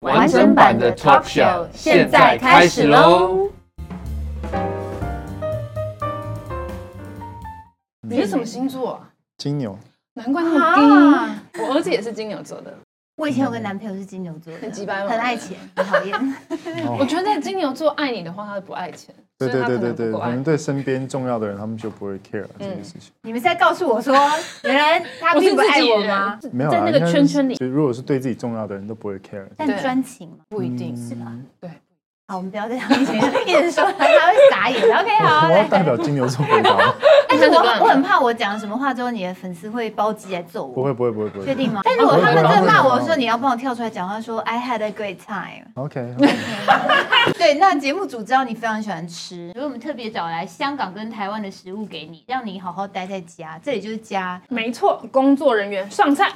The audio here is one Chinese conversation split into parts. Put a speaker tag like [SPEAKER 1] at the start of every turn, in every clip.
[SPEAKER 1] 完整版的 talk show 现在开始喽！
[SPEAKER 2] 你是什么星座啊？
[SPEAKER 3] 金牛，
[SPEAKER 2] 难怪那么低。我儿子也是金牛座的，
[SPEAKER 4] 我以前有个男朋友是金牛座的，
[SPEAKER 2] 很鸡掰吗
[SPEAKER 4] 很爱钱，很讨厌。
[SPEAKER 2] 我觉得金牛座爱你的话，他不爱钱，
[SPEAKER 3] 对对对
[SPEAKER 2] 所以
[SPEAKER 3] 对
[SPEAKER 2] 他可
[SPEAKER 3] 对，
[SPEAKER 2] 能不够
[SPEAKER 3] 我
[SPEAKER 2] 爱嗯
[SPEAKER 3] 们
[SPEAKER 2] 你。
[SPEAKER 3] 对身边重要的人，他们就不会 care 这件事情。
[SPEAKER 4] 你们是在告诉我说，原来他
[SPEAKER 2] 我是
[SPEAKER 4] 并不
[SPEAKER 2] 自
[SPEAKER 4] 爱
[SPEAKER 2] 己
[SPEAKER 4] 我
[SPEAKER 2] 人
[SPEAKER 4] 吗？
[SPEAKER 3] 没有啦啊
[SPEAKER 5] 在那个
[SPEAKER 3] 应该是
[SPEAKER 5] 圈圈里
[SPEAKER 3] 就如果是对自己重要的人都不会 care。
[SPEAKER 4] 但
[SPEAKER 2] 对
[SPEAKER 4] 专情嘛，
[SPEAKER 2] 不一定
[SPEAKER 4] 是吧？
[SPEAKER 2] 对。
[SPEAKER 4] 好，我们不要再讲以前一直说他，他会傻眼。OK，好，
[SPEAKER 2] 啊
[SPEAKER 3] 我要代
[SPEAKER 4] 来。
[SPEAKER 3] 表金牛座回 答，
[SPEAKER 4] 但是
[SPEAKER 2] 你
[SPEAKER 4] 我
[SPEAKER 2] 看这段
[SPEAKER 4] 我很怕我讲什么话之后，你的粉丝会包机来揍
[SPEAKER 3] 不
[SPEAKER 4] 我。
[SPEAKER 3] 会不会不会不会。
[SPEAKER 4] 确定吗？但如果他们真的骂我
[SPEAKER 3] 不会不
[SPEAKER 4] 说
[SPEAKER 3] 会
[SPEAKER 4] 你要帮我跳出来讲话，说 I had a great time。
[SPEAKER 3] ？OK，
[SPEAKER 4] 对，那节目组知道你非常喜欢吃，所以我们特别找来香港跟台湾的食物给你，让你好好待在家。这里就是家，
[SPEAKER 2] 没错，工作人员上菜。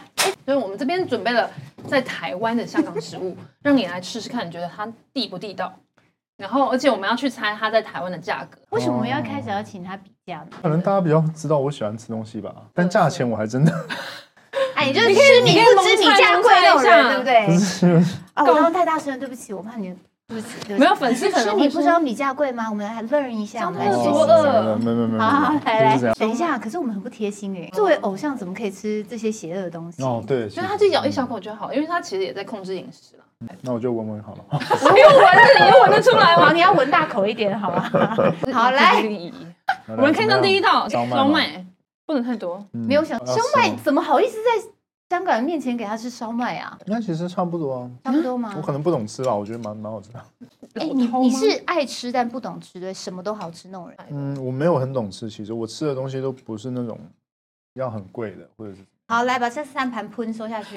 [SPEAKER 2] 所以我们这边准备了在台湾的香港食物，让你来吃吃看，你觉得它地不地道？然后，而且我们要去猜它在台湾的价格。
[SPEAKER 4] 为什么我们要开始要请他比价呢？
[SPEAKER 3] 可能大家比较知道我喜欢吃东西 吧，但价钱我还真的
[SPEAKER 4] 哎，你就是吃米不知米价贵那种人，对不对？啊，我刚刚太大声了，对不起，我怕你。对不起，对不起
[SPEAKER 2] 没有粉丝可
[SPEAKER 4] 是
[SPEAKER 2] 能
[SPEAKER 4] 你
[SPEAKER 2] 会
[SPEAKER 4] 不知道米价贵吗？我们来 learn 一下，我们来
[SPEAKER 2] 真的
[SPEAKER 4] 学
[SPEAKER 2] 多
[SPEAKER 4] 习。
[SPEAKER 2] 饿
[SPEAKER 3] 没有没有没有，
[SPEAKER 4] 哦好好，
[SPEAKER 2] 啊
[SPEAKER 4] 好
[SPEAKER 3] 就
[SPEAKER 4] 来
[SPEAKER 3] 是这
[SPEAKER 4] 来，
[SPEAKER 3] 样。
[SPEAKER 4] 等一下，可是我们很不贴心哎。作为偶像，怎么可以吃这些邪恶的东西？
[SPEAKER 3] 哦，对，
[SPEAKER 2] 所以它就咬一小口就好，因为它其实也在控制饮食了。
[SPEAKER 3] 那我就闻闻好了。
[SPEAKER 2] 我又闻了，你又闻得出来
[SPEAKER 4] 好，
[SPEAKER 2] 吗？
[SPEAKER 4] 哦你要闻大口一点，好吗？好，来，
[SPEAKER 3] 我
[SPEAKER 2] 我们看到第一道
[SPEAKER 3] 烧麦吗
[SPEAKER 2] 烧麦，不能太多。
[SPEAKER 4] 没有想
[SPEAKER 3] 嗯
[SPEAKER 4] 烧麦，怎么好意思在香港人面前给他吃烧麦啊？
[SPEAKER 3] 应该其实差不多啊。
[SPEAKER 4] 差不多吗
[SPEAKER 3] 我？可能不懂吃啊吧，我觉得蛮蛮好吃的。
[SPEAKER 4] 哎，你你是爱吃但不懂吃，对，什么都好吃那种人。
[SPEAKER 3] 嗯，我没有很懂吃，其实我吃的东西都不是那种要很贵的，或者是
[SPEAKER 4] 好，来把这三盘喷收 下去。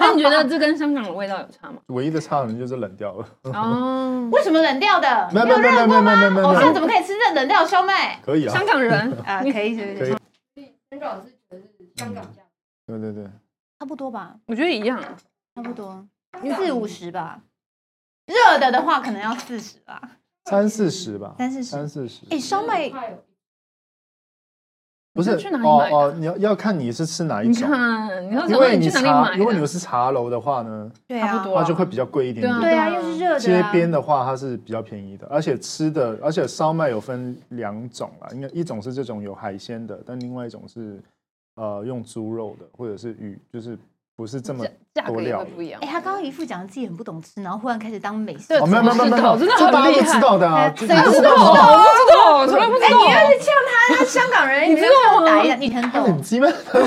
[SPEAKER 2] 那你觉得这跟香港的味道有差 吗？
[SPEAKER 3] 唯一的差可能就是冷掉了。
[SPEAKER 2] 哦，
[SPEAKER 4] 为什么冷掉的？
[SPEAKER 3] 没有没有没有没有没有没有
[SPEAKER 4] 偶
[SPEAKER 3] 没
[SPEAKER 4] 像
[SPEAKER 3] 有，
[SPEAKER 4] 怎么可以吃这冷掉的烧麦？
[SPEAKER 3] 可以啊
[SPEAKER 2] 香，港 人
[SPEAKER 4] 啊，可以是不
[SPEAKER 3] 可
[SPEAKER 4] 是
[SPEAKER 3] 以？
[SPEAKER 6] 香港价，
[SPEAKER 3] 对对对，
[SPEAKER 4] 差不多吧，
[SPEAKER 2] 我觉得一样，
[SPEAKER 4] 差不多四五十吧。热的的话可能要四十吧，
[SPEAKER 3] 三四十吧，
[SPEAKER 4] 三四十
[SPEAKER 3] 三四十。
[SPEAKER 4] 哎，烧麦
[SPEAKER 3] 不是
[SPEAKER 2] 你去哪里
[SPEAKER 3] 哦
[SPEAKER 2] 买的
[SPEAKER 3] 哦，你要要看你是吃哪一
[SPEAKER 2] 你
[SPEAKER 3] 种。
[SPEAKER 2] 看，你要
[SPEAKER 3] 如
[SPEAKER 2] 想
[SPEAKER 3] 果
[SPEAKER 2] 说
[SPEAKER 3] 你
[SPEAKER 2] 去哪里买
[SPEAKER 3] 茶，
[SPEAKER 2] 的？
[SPEAKER 3] 如果你是茶楼的话呢，
[SPEAKER 4] 对
[SPEAKER 2] 差不
[SPEAKER 4] 啊，
[SPEAKER 2] 多
[SPEAKER 3] 那
[SPEAKER 2] 啊，
[SPEAKER 3] 就会比较贵一点
[SPEAKER 2] 对
[SPEAKER 3] 点。
[SPEAKER 4] 对啊，又是热的啊。
[SPEAKER 3] 街边的话，它是比较便宜的，而且吃的，而且烧麦有分两种啦，应该一种是这种有海鲜的，但另外一种是呃用猪肉的或者是鱼，就是不是这么
[SPEAKER 2] 价价格
[SPEAKER 3] 多
[SPEAKER 2] 也
[SPEAKER 3] 料
[SPEAKER 2] 会。不一样
[SPEAKER 4] 哎，。他刚刚一副讲自己很不懂吃，然后忽然开始当美食。
[SPEAKER 2] 对
[SPEAKER 3] 哦，没有没有没有没有，
[SPEAKER 2] 真的
[SPEAKER 3] 这大
[SPEAKER 2] 很
[SPEAKER 3] 家
[SPEAKER 2] 厉
[SPEAKER 3] 都
[SPEAKER 2] 害
[SPEAKER 3] 知。道的啊，
[SPEAKER 4] 哎
[SPEAKER 3] 这
[SPEAKER 4] 谁
[SPEAKER 3] 这
[SPEAKER 4] 知
[SPEAKER 3] 是
[SPEAKER 4] 道
[SPEAKER 2] 我不知道，我从来不知道。
[SPEAKER 4] 是呛他，他香港人，你
[SPEAKER 2] 知道吗
[SPEAKER 4] 打一下，你很
[SPEAKER 3] 很
[SPEAKER 4] 懂。
[SPEAKER 3] 鸡 吗？真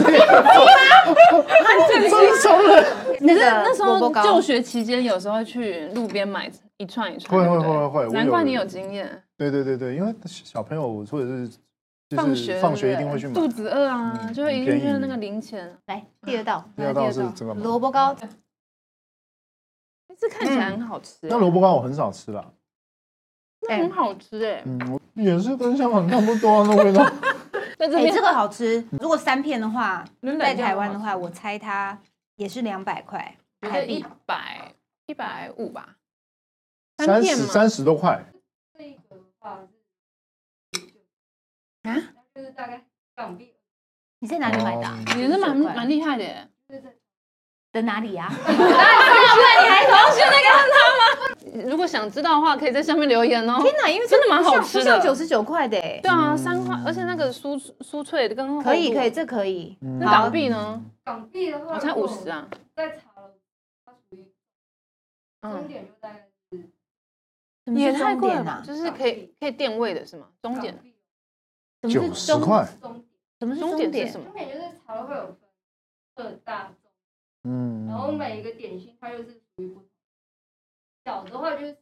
[SPEAKER 3] 熟人，
[SPEAKER 4] 那个
[SPEAKER 2] 那时
[SPEAKER 4] 萝
[SPEAKER 2] 候
[SPEAKER 4] 卜糕
[SPEAKER 2] 就学期间，有时候会去路边买一串一串，
[SPEAKER 3] 会会
[SPEAKER 2] 对不对
[SPEAKER 3] 会会会
[SPEAKER 2] 难怪
[SPEAKER 3] 我有
[SPEAKER 2] 你有经验。
[SPEAKER 3] 对对对对，因为小朋友或者是就
[SPEAKER 2] 放
[SPEAKER 3] 是
[SPEAKER 2] 学
[SPEAKER 3] 放学一
[SPEAKER 2] 对不对
[SPEAKER 3] 定会去买
[SPEAKER 2] 肚，子饿啊，
[SPEAKER 3] 嗯
[SPEAKER 2] 就会一
[SPEAKER 3] 很
[SPEAKER 2] 定
[SPEAKER 3] 便宜
[SPEAKER 2] 就是那个零钱。
[SPEAKER 4] 来第二道
[SPEAKER 3] 料到
[SPEAKER 2] 第
[SPEAKER 3] 是
[SPEAKER 2] 二道
[SPEAKER 3] 这个吗？
[SPEAKER 4] 萝卜糕，
[SPEAKER 2] 这看起来很好吃，
[SPEAKER 3] 嗯那萝卜糕我很少吃啦，
[SPEAKER 2] 那很好吃哎。
[SPEAKER 3] 嗯，我也是跟香港差不多啊，那味道。
[SPEAKER 2] 在这
[SPEAKER 4] 哎，
[SPEAKER 2] 边
[SPEAKER 4] 这个好吃。如果三片的话，
[SPEAKER 2] 轮
[SPEAKER 4] 在
[SPEAKER 2] 冷就好
[SPEAKER 4] 台湾的话，我猜它也是两百块
[SPEAKER 2] 我觉
[SPEAKER 4] 台
[SPEAKER 2] 得
[SPEAKER 4] 币
[SPEAKER 2] 一。百一百五吧，
[SPEAKER 3] 三
[SPEAKER 2] 片
[SPEAKER 3] 十
[SPEAKER 2] 嘛
[SPEAKER 3] 三十多块，
[SPEAKER 6] 这个的话是
[SPEAKER 2] 啊，
[SPEAKER 6] 就是大概港币，
[SPEAKER 4] 你在哪里买
[SPEAKER 3] 哦
[SPEAKER 4] 的啊？
[SPEAKER 2] 也是蛮
[SPEAKER 4] 49块
[SPEAKER 2] 蛮厉害的耶。
[SPEAKER 4] 的哪 里呀？
[SPEAKER 2] 如果想知道的话，可以在下面留言哦。
[SPEAKER 4] 天哪，因为
[SPEAKER 2] 真的蛮好吃的
[SPEAKER 4] 九十九块的哎。
[SPEAKER 2] 对啊，三块，而且那个酥酥脆的跟厚度
[SPEAKER 4] 可以可以，。这可以。
[SPEAKER 3] 嗯
[SPEAKER 2] 那
[SPEAKER 4] 好
[SPEAKER 2] 港币呢？
[SPEAKER 6] 港币的话，
[SPEAKER 2] 我才五十啊。
[SPEAKER 6] 啊，在茶楼它属于终
[SPEAKER 2] 嗯，
[SPEAKER 6] 点就大概
[SPEAKER 4] 什么
[SPEAKER 2] 也
[SPEAKER 4] 是
[SPEAKER 2] 太
[SPEAKER 4] 终
[SPEAKER 2] 贵了
[SPEAKER 4] 点
[SPEAKER 2] 吧
[SPEAKER 4] 啊？
[SPEAKER 2] 就是可以可以垫位的是吗？终点
[SPEAKER 4] 什
[SPEAKER 6] 港币
[SPEAKER 3] 九
[SPEAKER 4] 么是
[SPEAKER 3] 十
[SPEAKER 4] 终？
[SPEAKER 3] 块，
[SPEAKER 6] 终点，
[SPEAKER 4] 什么是
[SPEAKER 2] 终
[SPEAKER 4] 终
[SPEAKER 2] 点是
[SPEAKER 4] 点
[SPEAKER 2] 什？么
[SPEAKER 6] 终？点就是茶楼会有分各大种，
[SPEAKER 3] 嗯，
[SPEAKER 6] 然后每一个点心它就是属于不同，小的话就是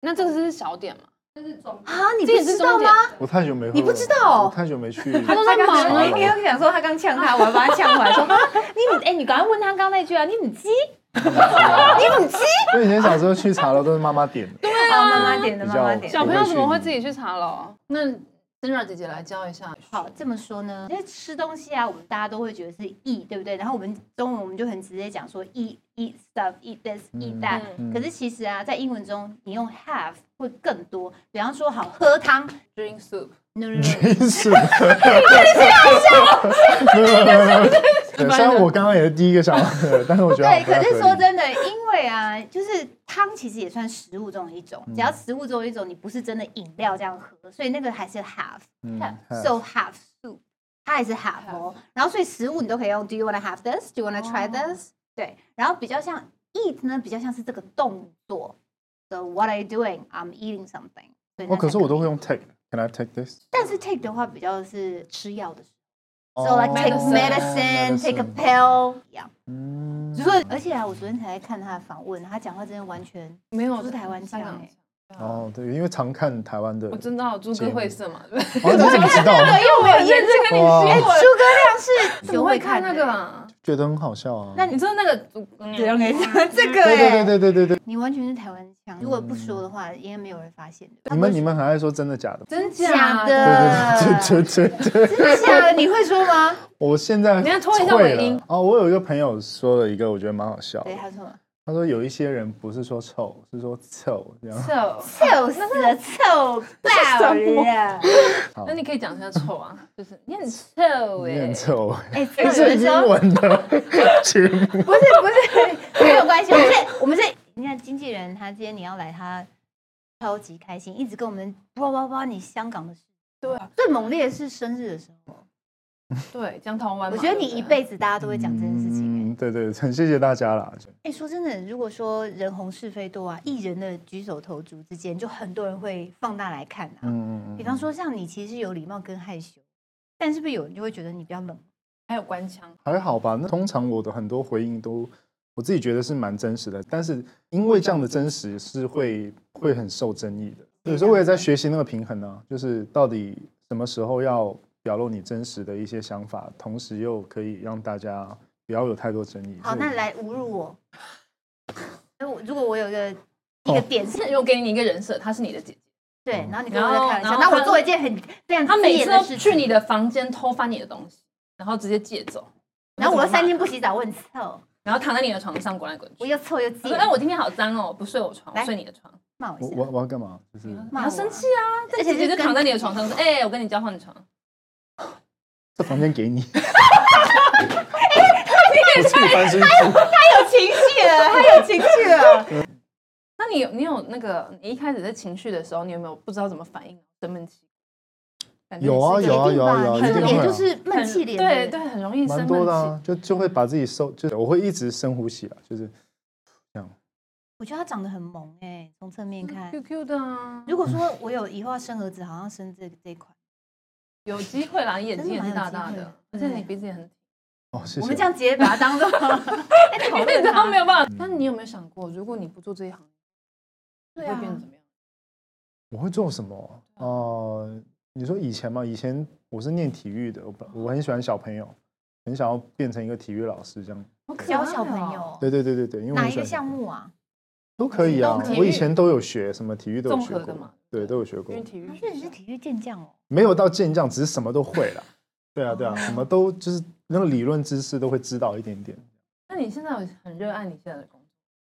[SPEAKER 2] 那这个是小点嘛？
[SPEAKER 6] 就是中
[SPEAKER 4] 啊，你
[SPEAKER 2] 这
[SPEAKER 4] 不
[SPEAKER 2] 也是
[SPEAKER 4] 知道
[SPEAKER 2] 终点
[SPEAKER 4] 吗？。
[SPEAKER 3] 我太久没喝了，
[SPEAKER 4] 你不知道
[SPEAKER 3] 我太久没去，
[SPEAKER 2] 他都在忙
[SPEAKER 3] 刚
[SPEAKER 2] 啊
[SPEAKER 3] 才。
[SPEAKER 4] 想说他刚呛他，我要把他呛回来，说你你哎，你赶快问他刚那句啊，你母鸡
[SPEAKER 3] 你母鸡？所以以前小时候去茶楼都是妈妈点的，
[SPEAKER 2] 啊
[SPEAKER 4] 哦，妈妈点的，
[SPEAKER 3] 比
[SPEAKER 4] 妈
[SPEAKER 3] 较
[SPEAKER 4] 妈点的。
[SPEAKER 5] 小朋友怎么会自己去茶楼？
[SPEAKER 2] 哦
[SPEAKER 5] 那 Sandra 姐姐来教一下。
[SPEAKER 4] 好，这么说呢，因为吃东西啊，我们大家都会觉得是 eat，对不对？然后我们中文我们就很直接讲说 eat eat stuff eat this eat that，、
[SPEAKER 3] 嗯
[SPEAKER 4] 可是其实啊，在英文中你用 have 会更多，比方说好喝汤
[SPEAKER 5] Drink soup，
[SPEAKER 4] ，no no no，
[SPEAKER 3] 真是的。 你这里是笑。对，虽然我刚刚也是第一个想到的，但是我觉得
[SPEAKER 4] 对，
[SPEAKER 3] 好像
[SPEAKER 4] 可
[SPEAKER 3] 不太
[SPEAKER 4] 是
[SPEAKER 3] 合
[SPEAKER 4] 说
[SPEAKER 3] 理
[SPEAKER 4] 真的，因为啊，就是汤其实也算食物中的一种，只
[SPEAKER 3] 嗯
[SPEAKER 4] 要食物中的一种，你不是真的饮料这样喝，所以那个还是 have。
[SPEAKER 3] 嗯
[SPEAKER 4] So half soup，它也是 half 哦。然后所以食物你都可以用 Do you wanna have this? Do you wanna try this? 对，然后比较像 eat 呢，比较像是这个动作。So what are you doing? I'm eating something 对。
[SPEAKER 3] 哦，可是我都会
[SPEAKER 4] 用。
[SPEAKER 3] 用 take。Can I take this？
[SPEAKER 4] 但是 take 的话比较是吃药的时候，so like take
[SPEAKER 3] 哦
[SPEAKER 4] medicine, take a pill 一样。
[SPEAKER 3] 嗯
[SPEAKER 4] 所以而且啊，我昨天才在看他的访问，他讲话真的完全
[SPEAKER 5] 没有，
[SPEAKER 4] 不是台湾
[SPEAKER 5] 香
[SPEAKER 4] 腔
[SPEAKER 5] 港
[SPEAKER 4] 哎
[SPEAKER 5] 腔。
[SPEAKER 3] 哦，对，因为常看台湾
[SPEAKER 2] 어,
[SPEAKER 3] 的，
[SPEAKER 5] 我知道猪哥会色嘛， 对不对
[SPEAKER 3] 哦，你怎么知道？
[SPEAKER 4] 어,
[SPEAKER 5] 因为我有认真跟你
[SPEAKER 3] 哇
[SPEAKER 5] 说过，
[SPEAKER 4] 诸葛亮是
[SPEAKER 5] 怎么会看那个？啊？
[SPEAKER 3] 觉得很好笑啊。
[SPEAKER 4] 那
[SPEAKER 5] 你知道那个猪
[SPEAKER 4] 怎样哎，这个
[SPEAKER 3] 对
[SPEAKER 4] 哎
[SPEAKER 3] 对，对对对对，
[SPEAKER 4] 你完全是台湾腔，如果不说的话，应该没有人发现的。
[SPEAKER 3] 你们你们很爱说真的假的。
[SPEAKER 5] 真
[SPEAKER 4] 假
[SPEAKER 5] 假？
[SPEAKER 4] 的，
[SPEAKER 3] 对对对对对，
[SPEAKER 4] 真的假的，你会说吗？
[SPEAKER 3] 我现在
[SPEAKER 5] 你要拖一下
[SPEAKER 3] 会
[SPEAKER 5] 尾音
[SPEAKER 3] 了哦，我有一个朋友说了一个，我觉得蛮好笑的
[SPEAKER 4] 对，。他说什 么
[SPEAKER 3] 他说有一些人不是说臭，是说臭这样。
[SPEAKER 5] 臭？
[SPEAKER 4] 臭死了， 臭爆啊了！
[SPEAKER 5] 那你可以讲一下臭 啊，就是你很臭
[SPEAKER 3] 你很
[SPEAKER 5] 哎，
[SPEAKER 3] 臭，
[SPEAKER 4] 哎，
[SPEAKER 3] 这
[SPEAKER 4] 有
[SPEAKER 3] 是
[SPEAKER 4] 的时
[SPEAKER 3] 英
[SPEAKER 4] 候
[SPEAKER 3] 文的节目。
[SPEAKER 4] 不是不是 没有关系，我们是，我们是，你看经纪人他今天你要来，他超级开心，一直跟我们叭叭叭你香港的事。
[SPEAKER 5] 对啊，
[SPEAKER 4] 最猛烈的是生日的时候，
[SPEAKER 5] 对，江桃湾嘛。
[SPEAKER 4] 我觉得你
[SPEAKER 5] 对
[SPEAKER 4] 一
[SPEAKER 5] 不对
[SPEAKER 4] 辈子大家都会讲这件事情。
[SPEAKER 3] 嗯，对对，很谢谢大家啦。
[SPEAKER 4] 哎、说真的，如果说人红是非多啊，艺人的举手投足之间，就很多人会放大来看啊。
[SPEAKER 3] 嗯嗯
[SPEAKER 4] 比
[SPEAKER 3] 嗯，
[SPEAKER 4] 方说，像你其实是有礼貌跟害羞，但是不是有人就会觉得你比较冷？
[SPEAKER 5] 还有官腔，
[SPEAKER 3] 还好吧。那通常我的很多回应都，我自己觉得是蛮真实的，但是因为这样的真实是会会很受争议的。有时候我也在学习那个平衡呢、啊就是到底什么时候要表露你真实的一些想法，同时又可以让大家不要有太多争议。
[SPEAKER 4] 好，
[SPEAKER 3] 所以
[SPEAKER 4] 那来侮辱我。那我如果我有一个一
[SPEAKER 3] 哦
[SPEAKER 4] 个点是，
[SPEAKER 5] 我给你一个人设，她是你的姐姐，
[SPEAKER 4] 对，然后你跟我在开玩
[SPEAKER 5] 然
[SPEAKER 4] 笑，
[SPEAKER 5] 后
[SPEAKER 4] 那
[SPEAKER 5] 然后
[SPEAKER 4] 我
[SPEAKER 5] 他
[SPEAKER 4] 做一件很非常
[SPEAKER 5] 她
[SPEAKER 4] 刺
[SPEAKER 5] 每
[SPEAKER 4] 眼
[SPEAKER 5] 次
[SPEAKER 4] 的
[SPEAKER 5] 都
[SPEAKER 4] 事
[SPEAKER 5] 去
[SPEAKER 4] 情，
[SPEAKER 5] 你的房间偷翻你的东西，然后直接借走，
[SPEAKER 4] 然后我又
[SPEAKER 5] 怎么
[SPEAKER 4] 三
[SPEAKER 5] 骂
[SPEAKER 4] 天不洗澡，我很臭，
[SPEAKER 5] 然后躺在你的床上滚来滚
[SPEAKER 4] 我
[SPEAKER 5] 去。
[SPEAKER 4] 又臭又
[SPEAKER 5] 我
[SPEAKER 4] 贱
[SPEAKER 5] 说：“，哎，我今天好脏哦，不睡我床，我
[SPEAKER 4] 来
[SPEAKER 5] 睡你的床。
[SPEAKER 4] 骂我
[SPEAKER 3] 我
[SPEAKER 4] 一下
[SPEAKER 3] 我，我要干嘛？就是
[SPEAKER 5] 你
[SPEAKER 4] 骂
[SPEAKER 5] 要
[SPEAKER 4] 我
[SPEAKER 5] 生
[SPEAKER 4] 啊
[SPEAKER 5] 气啊！但
[SPEAKER 4] 而且
[SPEAKER 5] 姐姐
[SPEAKER 4] 是
[SPEAKER 5] 就
[SPEAKER 4] 跟
[SPEAKER 5] 躺在你的床上说：“哎、我跟你交换床。
[SPEAKER 3] 这房间给你。我自己翻身
[SPEAKER 4] 他有情绪了，他有情绪了。”
[SPEAKER 5] 那你有你有那个，你一开始在情绪的时候，你有没有不知道怎么反应，生闷气？感觉
[SPEAKER 3] 有啊
[SPEAKER 5] 你是
[SPEAKER 3] 有啊有啊有啊，
[SPEAKER 4] 你这
[SPEAKER 3] 一
[SPEAKER 4] 个
[SPEAKER 3] 定
[SPEAKER 4] 脸
[SPEAKER 3] 会
[SPEAKER 4] 就
[SPEAKER 3] 啊。
[SPEAKER 4] 是
[SPEAKER 5] 很
[SPEAKER 4] 闷气脸，
[SPEAKER 5] 对对，很容易生
[SPEAKER 3] 蛮
[SPEAKER 5] 闷
[SPEAKER 3] 多的、
[SPEAKER 5] 气。
[SPEAKER 3] 啊，就就会把自己收，就是我会一直深呼吸啊，就是
[SPEAKER 4] 我觉得他长得很萌哎、从侧面看。
[SPEAKER 5] Q Q 的啊，
[SPEAKER 4] 如果
[SPEAKER 3] 嗯
[SPEAKER 4] 说我有以后要生儿子，好像生这这一款。
[SPEAKER 5] 有机会啦，你眼睛也是大大
[SPEAKER 4] 真的蛮有
[SPEAKER 5] 的
[SPEAKER 4] 机，
[SPEAKER 5] 而且你鼻子也很，
[SPEAKER 3] 哦，谢谢。
[SPEAKER 4] 我们这样直接把它当 做在哎讨
[SPEAKER 5] 你
[SPEAKER 4] 论啊
[SPEAKER 5] 知道
[SPEAKER 4] 它
[SPEAKER 5] 没。有办法。但你有没有想过，如果你不做这一行，会
[SPEAKER 4] 啊
[SPEAKER 5] 变成怎么样？
[SPEAKER 3] 我会做什么？呃，你说以前嘛，以前我是念体育的，我本我很喜欢小朋友，很想要变成一个体育老师这样。
[SPEAKER 5] 好可爱
[SPEAKER 4] 教
[SPEAKER 5] 哦
[SPEAKER 4] 小朋，友
[SPEAKER 3] 对对对对对，因为我
[SPEAKER 4] 哪
[SPEAKER 3] 很
[SPEAKER 4] 一
[SPEAKER 3] 喜
[SPEAKER 4] 个
[SPEAKER 3] 欢
[SPEAKER 4] 项目啊？
[SPEAKER 3] 都可以啊
[SPEAKER 5] 都可，以
[SPEAKER 3] 我以前都有学，什么体育都有
[SPEAKER 5] 综
[SPEAKER 3] 学
[SPEAKER 5] 合
[SPEAKER 3] 过
[SPEAKER 5] 的嘛，
[SPEAKER 3] 对，都有学过
[SPEAKER 5] 因为，体育
[SPEAKER 4] 他真的是体育健将哦。
[SPEAKER 3] 没有到健将，只是什么都会了。对啊对啊，什么都就是那个理论知识都会知道一点点。
[SPEAKER 5] 那你现在有很热爱你现在的工作？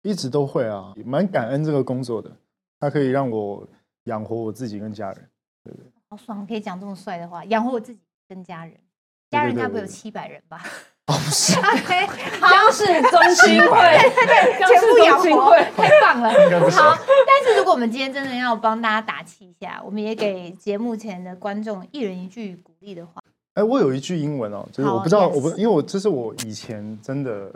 [SPEAKER 3] 一直都会啊，蛮感恩这个工作的，它可以让我养活我自己跟家人。
[SPEAKER 4] 好爽，可以讲这么帅的话，养活我自己跟家人。家
[SPEAKER 3] 对
[SPEAKER 4] 人
[SPEAKER 3] 对对
[SPEAKER 4] 该不会有
[SPEAKER 3] 对
[SPEAKER 4] 七百人 吧？
[SPEAKER 3] 哦，不是，
[SPEAKER 4] OK，
[SPEAKER 5] 央视中心会，
[SPEAKER 4] 全部养活，太棒了。
[SPEAKER 3] 应该不是。
[SPEAKER 4] 好，但是如果我们今天真的要帮大家打气一下，我们也给节目前的观众一人一句鼓励的话。
[SPEAKER 3] 哎，我有一句英文哦，就是
[SPEAKER 4] 好
[SPEAKER 3] 我不知道，
[SPEAKER 4] yes
[SPEAKER 3] 我不，因为我这是我以前真的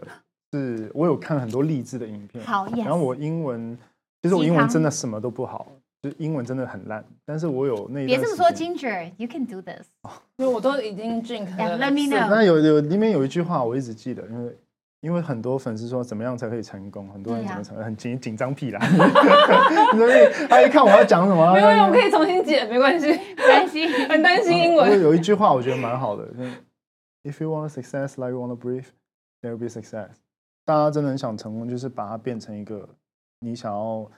[SPEAKER 3] 是，我有看很多励志的影片，
[SPEAKER 4] 好，yes，
[SPEAKER 3] 然后我英文，其实我
[SPEAKER 4] 鸡汤
[SPEAKER 3] 英文真的什么都不好，就是英文真的很烂，但是我有那一
[SPEAKER 4] 别
[SPEAKER 3] 段
[SPEAKER 4] 这么说
[SPEAKER 3] 时间
[SPEAKER 4] ，Ginger，you can do this。
[SPEAKER 5] 因为我都已经 drink 了
[SPEAKER 4] Yeah，let me
[SPEAKER 5] 四
[SPEAKER 4] know
[SPEAKER 3] 那有有里面有一句话我一直记得，因为因为很多粉丝说怎么样才可以成功，很多人
[SPEAKER 4] 对啊
[SPEAKER 3] 怎么成功，很紧紧张屁啦， 所以他一看我要讲什么，
[SPEAKER 5] 没有，没有，我
[SPEAKER 3] 他
[SPEAKER 5] 可以重新解，没关系。担心，很担心英
[SPEAKER 3] 嗯我
[SPEAKER 5] 文。
[SPEAKER 3] 有一句话我觉得蛮好的就是，If you want success like you want to breathe, there will be success. 大家真的很想成功，就是把它变成一个你想要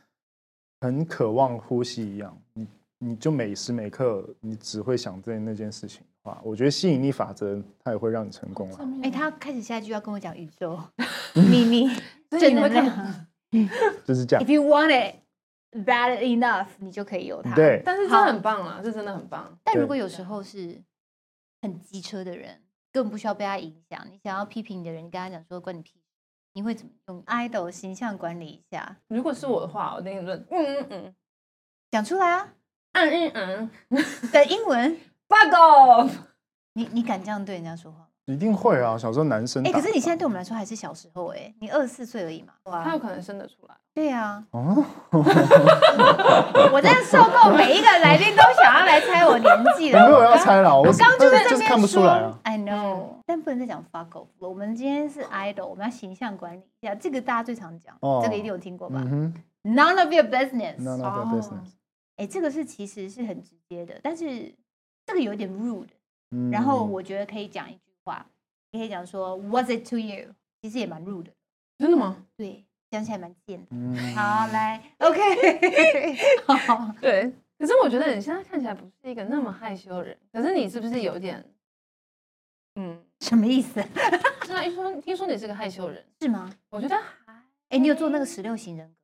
[SPEAKER 3] 很渴望呼吸一样，你你就每时每刻你只会想这那件事情的话，我觉得吸引力法则它也会让你成功了。
[SPEAKER 4] 哎、他开始下一句要跟我讲宇宙 秘 密正能量。
[SPEAKER 3] 就是这样
[SPEAKER 4] If。you want it bad enough，你就可以有它。，
[SPEAKER 3] 对，
[SPEAKER 2] 但是真的很棒啊，这真的很棒。
[SPEAKER 4] 但
[SPEAKER 3] 对
[SPEAKER 4] 如果有时候是很机车的人，更不需要被他影响。你想要批评你的人，你跟他讲说关你屁事，你会怎么用 idol 形象管理一下？
[SPEAKER 2] 如果是我的话，我跟你说，嗯嗯嗯，
[SPEAKER 4] 讲出来啊！
[SPEAKER 2] 嗯嗯嗯
[SPEAKER 4] 的 英文，
[SPEAKER 2] ，bug off。
[SPEAKER 4] 你你敢这样对人家说话吗？
[SPEAKER 3] 一定会啊。小时候男生
[SPEAKER 4] 哎、
[SPEAKER 3] 打的，
[SPEAKER 4] 可是你现在对我们来说还是小时候哎、你二十四岁而已嘛。
[SPEAKER 2] 他
[SPEAKER 4] 哇
[SPEAKER 2] 啊有，可能生得出来。
[SPEAKER 4] 对啊，
[SPEAKER 3] 哦，
[SPEAKER 4] 我真的受够每一个来宾都想要来猜我年纪
[SPEAKER 3] 你
[SPEAKER 4] 了。
[SPEAKER 3] 没有
[SPEAKER 4] 我
[SPEAKER 3] 要
[SPEAKER 4] 刚
[SPEAKER 3] 猜 了，我
[SPEAKER 4] 我刚刚就在
[SPEAKER 3] 但是
[SPEAKER 4] 这
[SPEAKER 3] 就
[SPEAKER 4] 边
[SPEAKER 3] 是看不出来啊
[SPEAKER 4] 说。I know，但不能再讲 fuck off 了。我们今天是 idol，我们要形象管理一下，这个大家最常讲，
[SPEAKER 3] 哦
[SPEAKER 4] 这个一定有听过吧
[SPEAKER 3] 嗯哼
[SPEAKER 4] ？None of your business。
[SPEAKER 3] ，none of your
[SPEAKER 2] 哦
[SPEAKER 3] business。
[SPEAKER 4] 哎，这个是其实是很直接的，但是这个有点 rude。
[SPEAKER 3] 嗯
[SPEAKER 4] 然后我觉得可以讲一句话，你可以讲说 What's it to you？其实也蛮 rude 的，
[SPEAKER 2] 真的吗？
[SPEAKER 4] 对，讲起来蛮贱的。
[SPEAKER 3] 嗯
[SPEAKER 4] 好，来，OK，好，
[SPEAKER 2] 对。可是我觉得你现在看起来不是一个那么害羞的人，可是你是不是有点，嗯，
[SPEAKER 4] 什么意思？
[SPEAKER 2] 是啊，一说听说你是个害羞人，
[SPEAKER 4] 是吗？
[SPEAKER 2] 我觉得还
[SPEAKER 4] 哎，你有做那个十六型人格？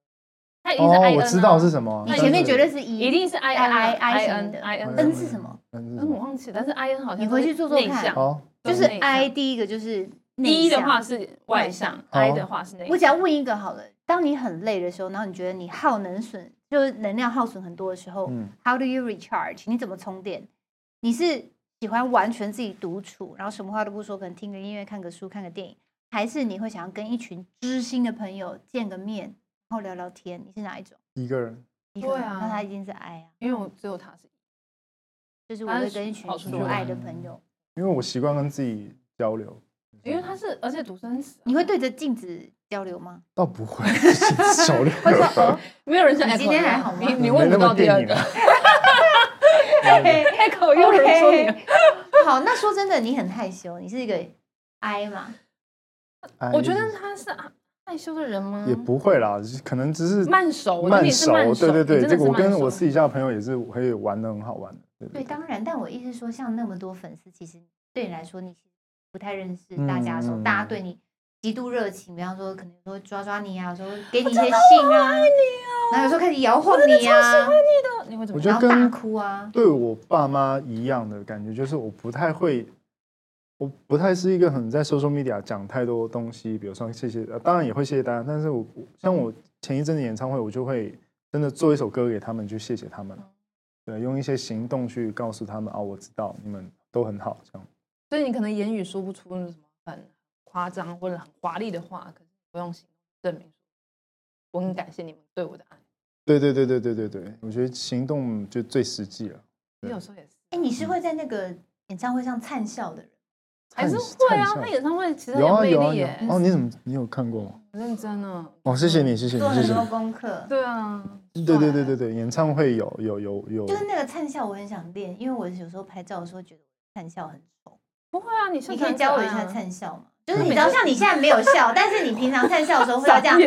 [SPEAKER 2] 他一定是 I N
[SPEAKER 3] 哦
[SPEAKER 2] 啊、，
[SPEAKER 3] 我知道是什么啊。
[SPEAKER 4] 你
[SPEAKER 2] 那
[SPEAKER 4] 前
[SPEAKER 3] 但
[SPEAKER 4] 面
[SPEAKER 3] 是
[SPEAKER 4] 绝对是一
[SPEAKER 2] 一定是 I N
[SPEAKER 4] I- I-
[SPEAKER 2] I
[SPEAKER 4] I 型
[SPEAKER 2] N
[SPEAKER 4] 的
[SPEAKER 2] I N
[SPEAKER 4] N 是什么？
[SPEAKER 3] 但是
[SPEAKER 2] 嗯，
[SPEAKER 3] 什
[SPEAKER 2] 我
[SPEAKER 3] 么？
[SPEAKER 2] 忘记，但是 I N 好像
[SPEAKER 4] 你回去做做看
[SPEAKER 2] 内向
[SPEAKER 3] 好，
[SPEAKER 4] 就
[SPEAKER 2] 都
[SPEAKER 4] 是
[SPEAKER 2] 内向
[SPEAKER 4] I D 一个就是内
[SPEAKER 2] 一的
[SPEAKER 4] 向
[SPEAKER 2] 话是外向，I
[SPEAKER 3] 哦
[SPEAKER 2] 的话是内向。
[SPEAKER 4] 我只要问一个好了，当你很累的时候，然后你觉得你耗能损，就是能量耗损很多的时候、
[SPEAKER 3] 嗯
[SPEAKER 4] h o w do you recharge？你怎么充电？你是喜欢完全自己独处，然后什么话都不说，可能听个音乐、看个书、看个电影，还是你会想要跟一群知心的朋友见个面，然后聊聊天？你是哪一种？
[SPEAKER 3] 一个人。
[SPEAKER 4] 一个人
[SPEAKER 2] 对啊
[SPEAKER 4] 那他一定是爱啊，
[SPEAKER 2] 因为我只有他是，
[SPEAKER 4] 就是我
[SPEAKER 2] 他
[SPEAKER 4] 会
[SPEAKER 2] 是
[SPEAKER 4] 跟一群
[SPEAKER 2] 跑出去
[SPEAKER 4] 所
[SPEAKER 2] 玩
[SPEAKER 4] 爱的朋友，
[SPEAKER 3] 因为我习惯跟自己交流，
[SPEAKER 2] 因为他是，而且独生子啊，
[SPEAKER 4] 你会对着镜子交流吗？
[SPEAKER 3] 倒不会 交流，
[SPEAKER 4] 会说 哦，
[SPEAKER 2] 没有人像
[SPEAKER 4] 你
[SPEAKER 2] Echo
[SPEAKER 4] 今天
[SPEAKER 2] 一样
[SPEAKER 4] 还好吗
[SPEAKER 2] 你你
[SPEAKER 3] 没
[SPEAKER 2] 问
[SPEAKER 3] 那
[SPEAKER 2] 不
[SPEAKER 3] 么
[SPEAKER 2] 到第
[SPEAKER 3] 电
[SPEAKER 2] 二
[SPEAKER 3] 影
[SPEAKER 2] 个
[SPEAKER 3] 啊。
[SPEAKER 2] Echo 又有人说
[SPEAKER 3] 啊
[SPEAKER 2] 你
[SPEAKER 4] OK，好，啊 那说真的，你很害羞，你是一个 I 嘛？
[SPEAKER 3] 哎
[SPEAKER 2] 我觉得他是
[SPEAKER 5] 啊
[SPEAKER 2] 害羞的人吗？
[SPEAKER 3] 也不会啦，就是可能只是
[SPEAKER 2] 慢熟，我觉得
[SPEAKER 3] 慢
[SPEAKER 2] 你是慢
[SPEAKER 3] 熟，
[SPEAKER 2] 熟，
[SPEAKER 3] 对对
[SPEAKER 2] 你
[SPEAKER 3] 对，
[SPEAKER 2] 真的
[SPEAKER 3] 这
[SPEAKER 2] 是
[SPEAKER 3] 个我
[SPEAKER 2] 慢
[SPEAKER 3] 跟
[SPEAKER 2] 熟
[SPEAKER 3] 我私底下的朋友也是可以玩的很好玩的，对
[SPEAKER 4] 对，
[SPEAKER 3] 对对，
[SPEAKER 4] 当然，但我意思是说，像那么多粉丝，其实对你来说，你其实不太认识大家的时候，
[SPEAKER 3] 嗯
[SPEAKER 4] 大家对你极度热情，比方说可能说抓抓你啊，有时候给你一些信啊，
[SPEAKER 3] 哦
[SPEAKER 4] 然后有时候开始摇晃你啊，
[SPEAKER 2] 你会怎
[SPEAKER 3] 我
[SPEAKER 2] 么
[SPEAKER 3] 觉
[SPEAKER 2] 样？
[SPEAKER 4] 然
[SPEAKER 3] 得
[SPEAKER 4] 后大
[SPEAKER 3] 跟
[SPEAKER 4] 哭啊，
[SPEAKER 3] 对我爸妈一样的感觉，就是我不太会，我不太是一个很在 social media 讲太多东西，比如说谢谢，呃当然也会谢谢大家，但是我像我前一阵子演唱会，我就会真的做一首歌给他们，去谢谢他
[SPEAKER 2] 嗯
[SPEAKER 3] 们，对，用一些行动去告诉他们啊，我知道你们都很好，这样。
[SPEAKER 2] 所以你可能言语说不出那种什么很夸张或者很华丽的话，可是不用行动证明。我很感谢你们对我的爱，
[SPEAKER 3] 对对对对对对对，我觉得行动就最实际了，
[SPEAKER 2] 你
[SPEAKER 3] 对
[SPEAKER 2] 有时候也是，
[SPEAKER 4] 哎，你
[SPEAKER 3] 嗯
[SPEAKER 4] 是会在那个演唱会上灿笑的人，
[SPEAKER 2] 还是
[SPEAKER 3] 灿
[SPEAKER 2] 会啊。
[SPEAKER 3] 灿笑
[SPEAKER 2] 他演唱会其实很
[SPEAKER 3] 有啊
[SPEAKER 2] 魅
[SPEAKER 3] 有啊
[SPEAKER 2] 力
[SPEAKER 3] 有
[SPEAKER 2] 耶
[SPEAKER 3] 啊，哦，你怎么你有看过吗？
[SPEAKER 2] 很认真啊。
[SPEAKER 3] 哦，谢谢你，谢谢
[SPEAKER 4] 做
[SPEAKER 3] 你，谢
[SPEAKER 4] 很
[SPEAKER 3] 谢
[SPEAKER 4] 多
[SPEAKER 3] 你。
[SPEAKER 4] 功课，
[SPEAKER 2] 对啊，
[SPEAKER 3] 对对对对对，演唱会有有有有，
[SPEAKER 4] 就是那个灿笑，我很想练，因为我有时候拍照的时候觉得灿笑很丑。
[SPEAKER 2] 不会啊，你像
[SPEAKER 4] 你可以
[SPEAKER 2] 很
[SPEAKER 4] 教我
[SPEAKER 2] 可
[SPEAKER 4] 一
[SPEAKER 2] 爱
[SPEAKER 4] 下
[SPEAKER 2] 啊
[SPEAKER 4] 灿笑吗？就是你知道，像你现在没有笑，但是你平常灿笑的时候会要这 样，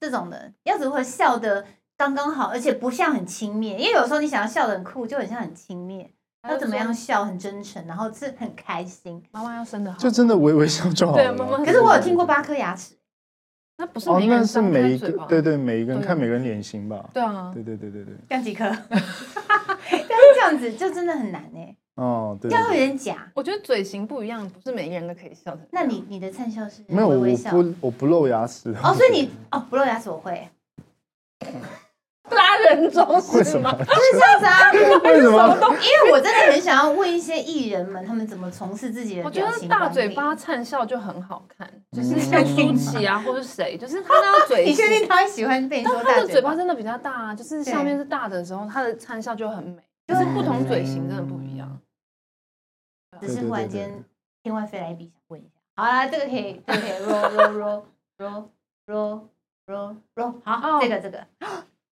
[SPEAKER 4] 这种的，要如何笑的刚刚好，而且不像很轻蔑，因为有时候你想要笑的很酷，就很像很轻蔑。
[SPEAKER 2] 他就
[SPEAKER 4] 要怎么
[SPEAKER 2] 说
[SPEAKER 4] 样笑很真诚，然后是很 开心。
[SPEAKER 2] 妈妈要生的好，
[SPEAKER 3] 就真的微微笑就好
[SPEAKER 2] 对
[SPEAKER 3] 了
[SPEAKER 2] 妈妈
[SPEAKER 3] 啦。
[SPEAKER 4] 可是我有听过八颗牙齿，
[SPEAKER 2] 那不是
[SPEAKER 3] 哦
[SPEAKER 2] 每，一个
[SPEAKER 3] 那
[SPEAKER 2] 人
[SPEAKER 3] 是
[SPEAKER 2] 张开
[SPEAKER 3] 每一
[SPEAKER 2] 嘴
[SPEAKER 3] 个
[SPEAKER 2] 巴
[SPEAKER 3] 对对每一个人
[SPEAKER 2] 对啊
[SPEAKER 3] 看每个人脸型吧。
[SPEAKER 2] 对啊，
[SPEAKER 3] 对对对对对，
[SPEAKER 4] 像几颗， 但是这样子就真的很难哎，
[SPEAKER 3] 哦对
[SPEAKER 4] 这
[SPEAKER 3] 对
[SPEAKER 4] 样会
[SPEAKER 3] 对。
[SPEAKER 4] 有点假。
[SPEAKER 2] 我觉得嘴型不一样，不是每一个人都可以笑的。
[SPEAKER 4] 那你你的灿笑是
[SPEAKER 3] 没有，
[SPEAKER 4] 微
[SPEAKER 3] 我
[SPEAKER 4] 微笑
[SPEAKER 3] 不我不露牙齿的。
[SPEAKER 4] 哦，所以你哦不露牙齿我会，
[SPEAKER 2] 拉人中
[SPEAKER 3] 为
[SPEAKER 2] 是
[SPEAKER 3] 什么
[SPEAKER 2] 吗？？
[SPEAKER 4] 就是这样子啊。
[SPEAKER 3] 为什么？
[SPEAKER 4] 因为我真的很想要问一些艺人们，他们怎么从事自己的
[SPEAKER 2] 我觉
[SPEAKER 4] 表
[SPEAKER 2] 得
[SPEAKER 4] 情
[SPEAKER 2] 大
[SPEAKER 4] 管
[SPEAKER 2] 嘴
[SPEAKER 4] 理
[SPEAKER 2] 巴，灿笑就很好看，就是
[SPEAKER 3] 嗯
[SPEAKER 2] 像舒淇啊，或是谁，就是他那 个嘴
[SPEAKER 4] 你
[SPEAKER 2] 型
[SPEAKER 4] 确，定他会喜欢被你说
[SPEAKER 2] 他
[SPEAKER 4] 大
[SPEAKER 2] 的嘴
[SPEAKER 4] 嘴
[SPEAKER 2] 巴
[SPEAKER 4] 巴？
[SPEAKER 2] 真的比较大啊，就是
[SPEAKER 4] 对
[SPEAKER 2] 下面是大的时候，他的灿笑就很美，就是不同嘴型真的不一样。
[SPEAKER 4] 只是
[SPEAKER 3] 对对
[SPEAKER 4] 忽
[SPEAKER 3] 对
[SPEAKER 4] 然
[SPEAKER 3] 对
[SPEAKER 4] 间天外飞来一笔，想问一下。好啦，这个可以，这个可以 roll roll roll roll roll roll roll。好，
[SPEAKER 2] 哦
[SPEAKER 4] 这个这个，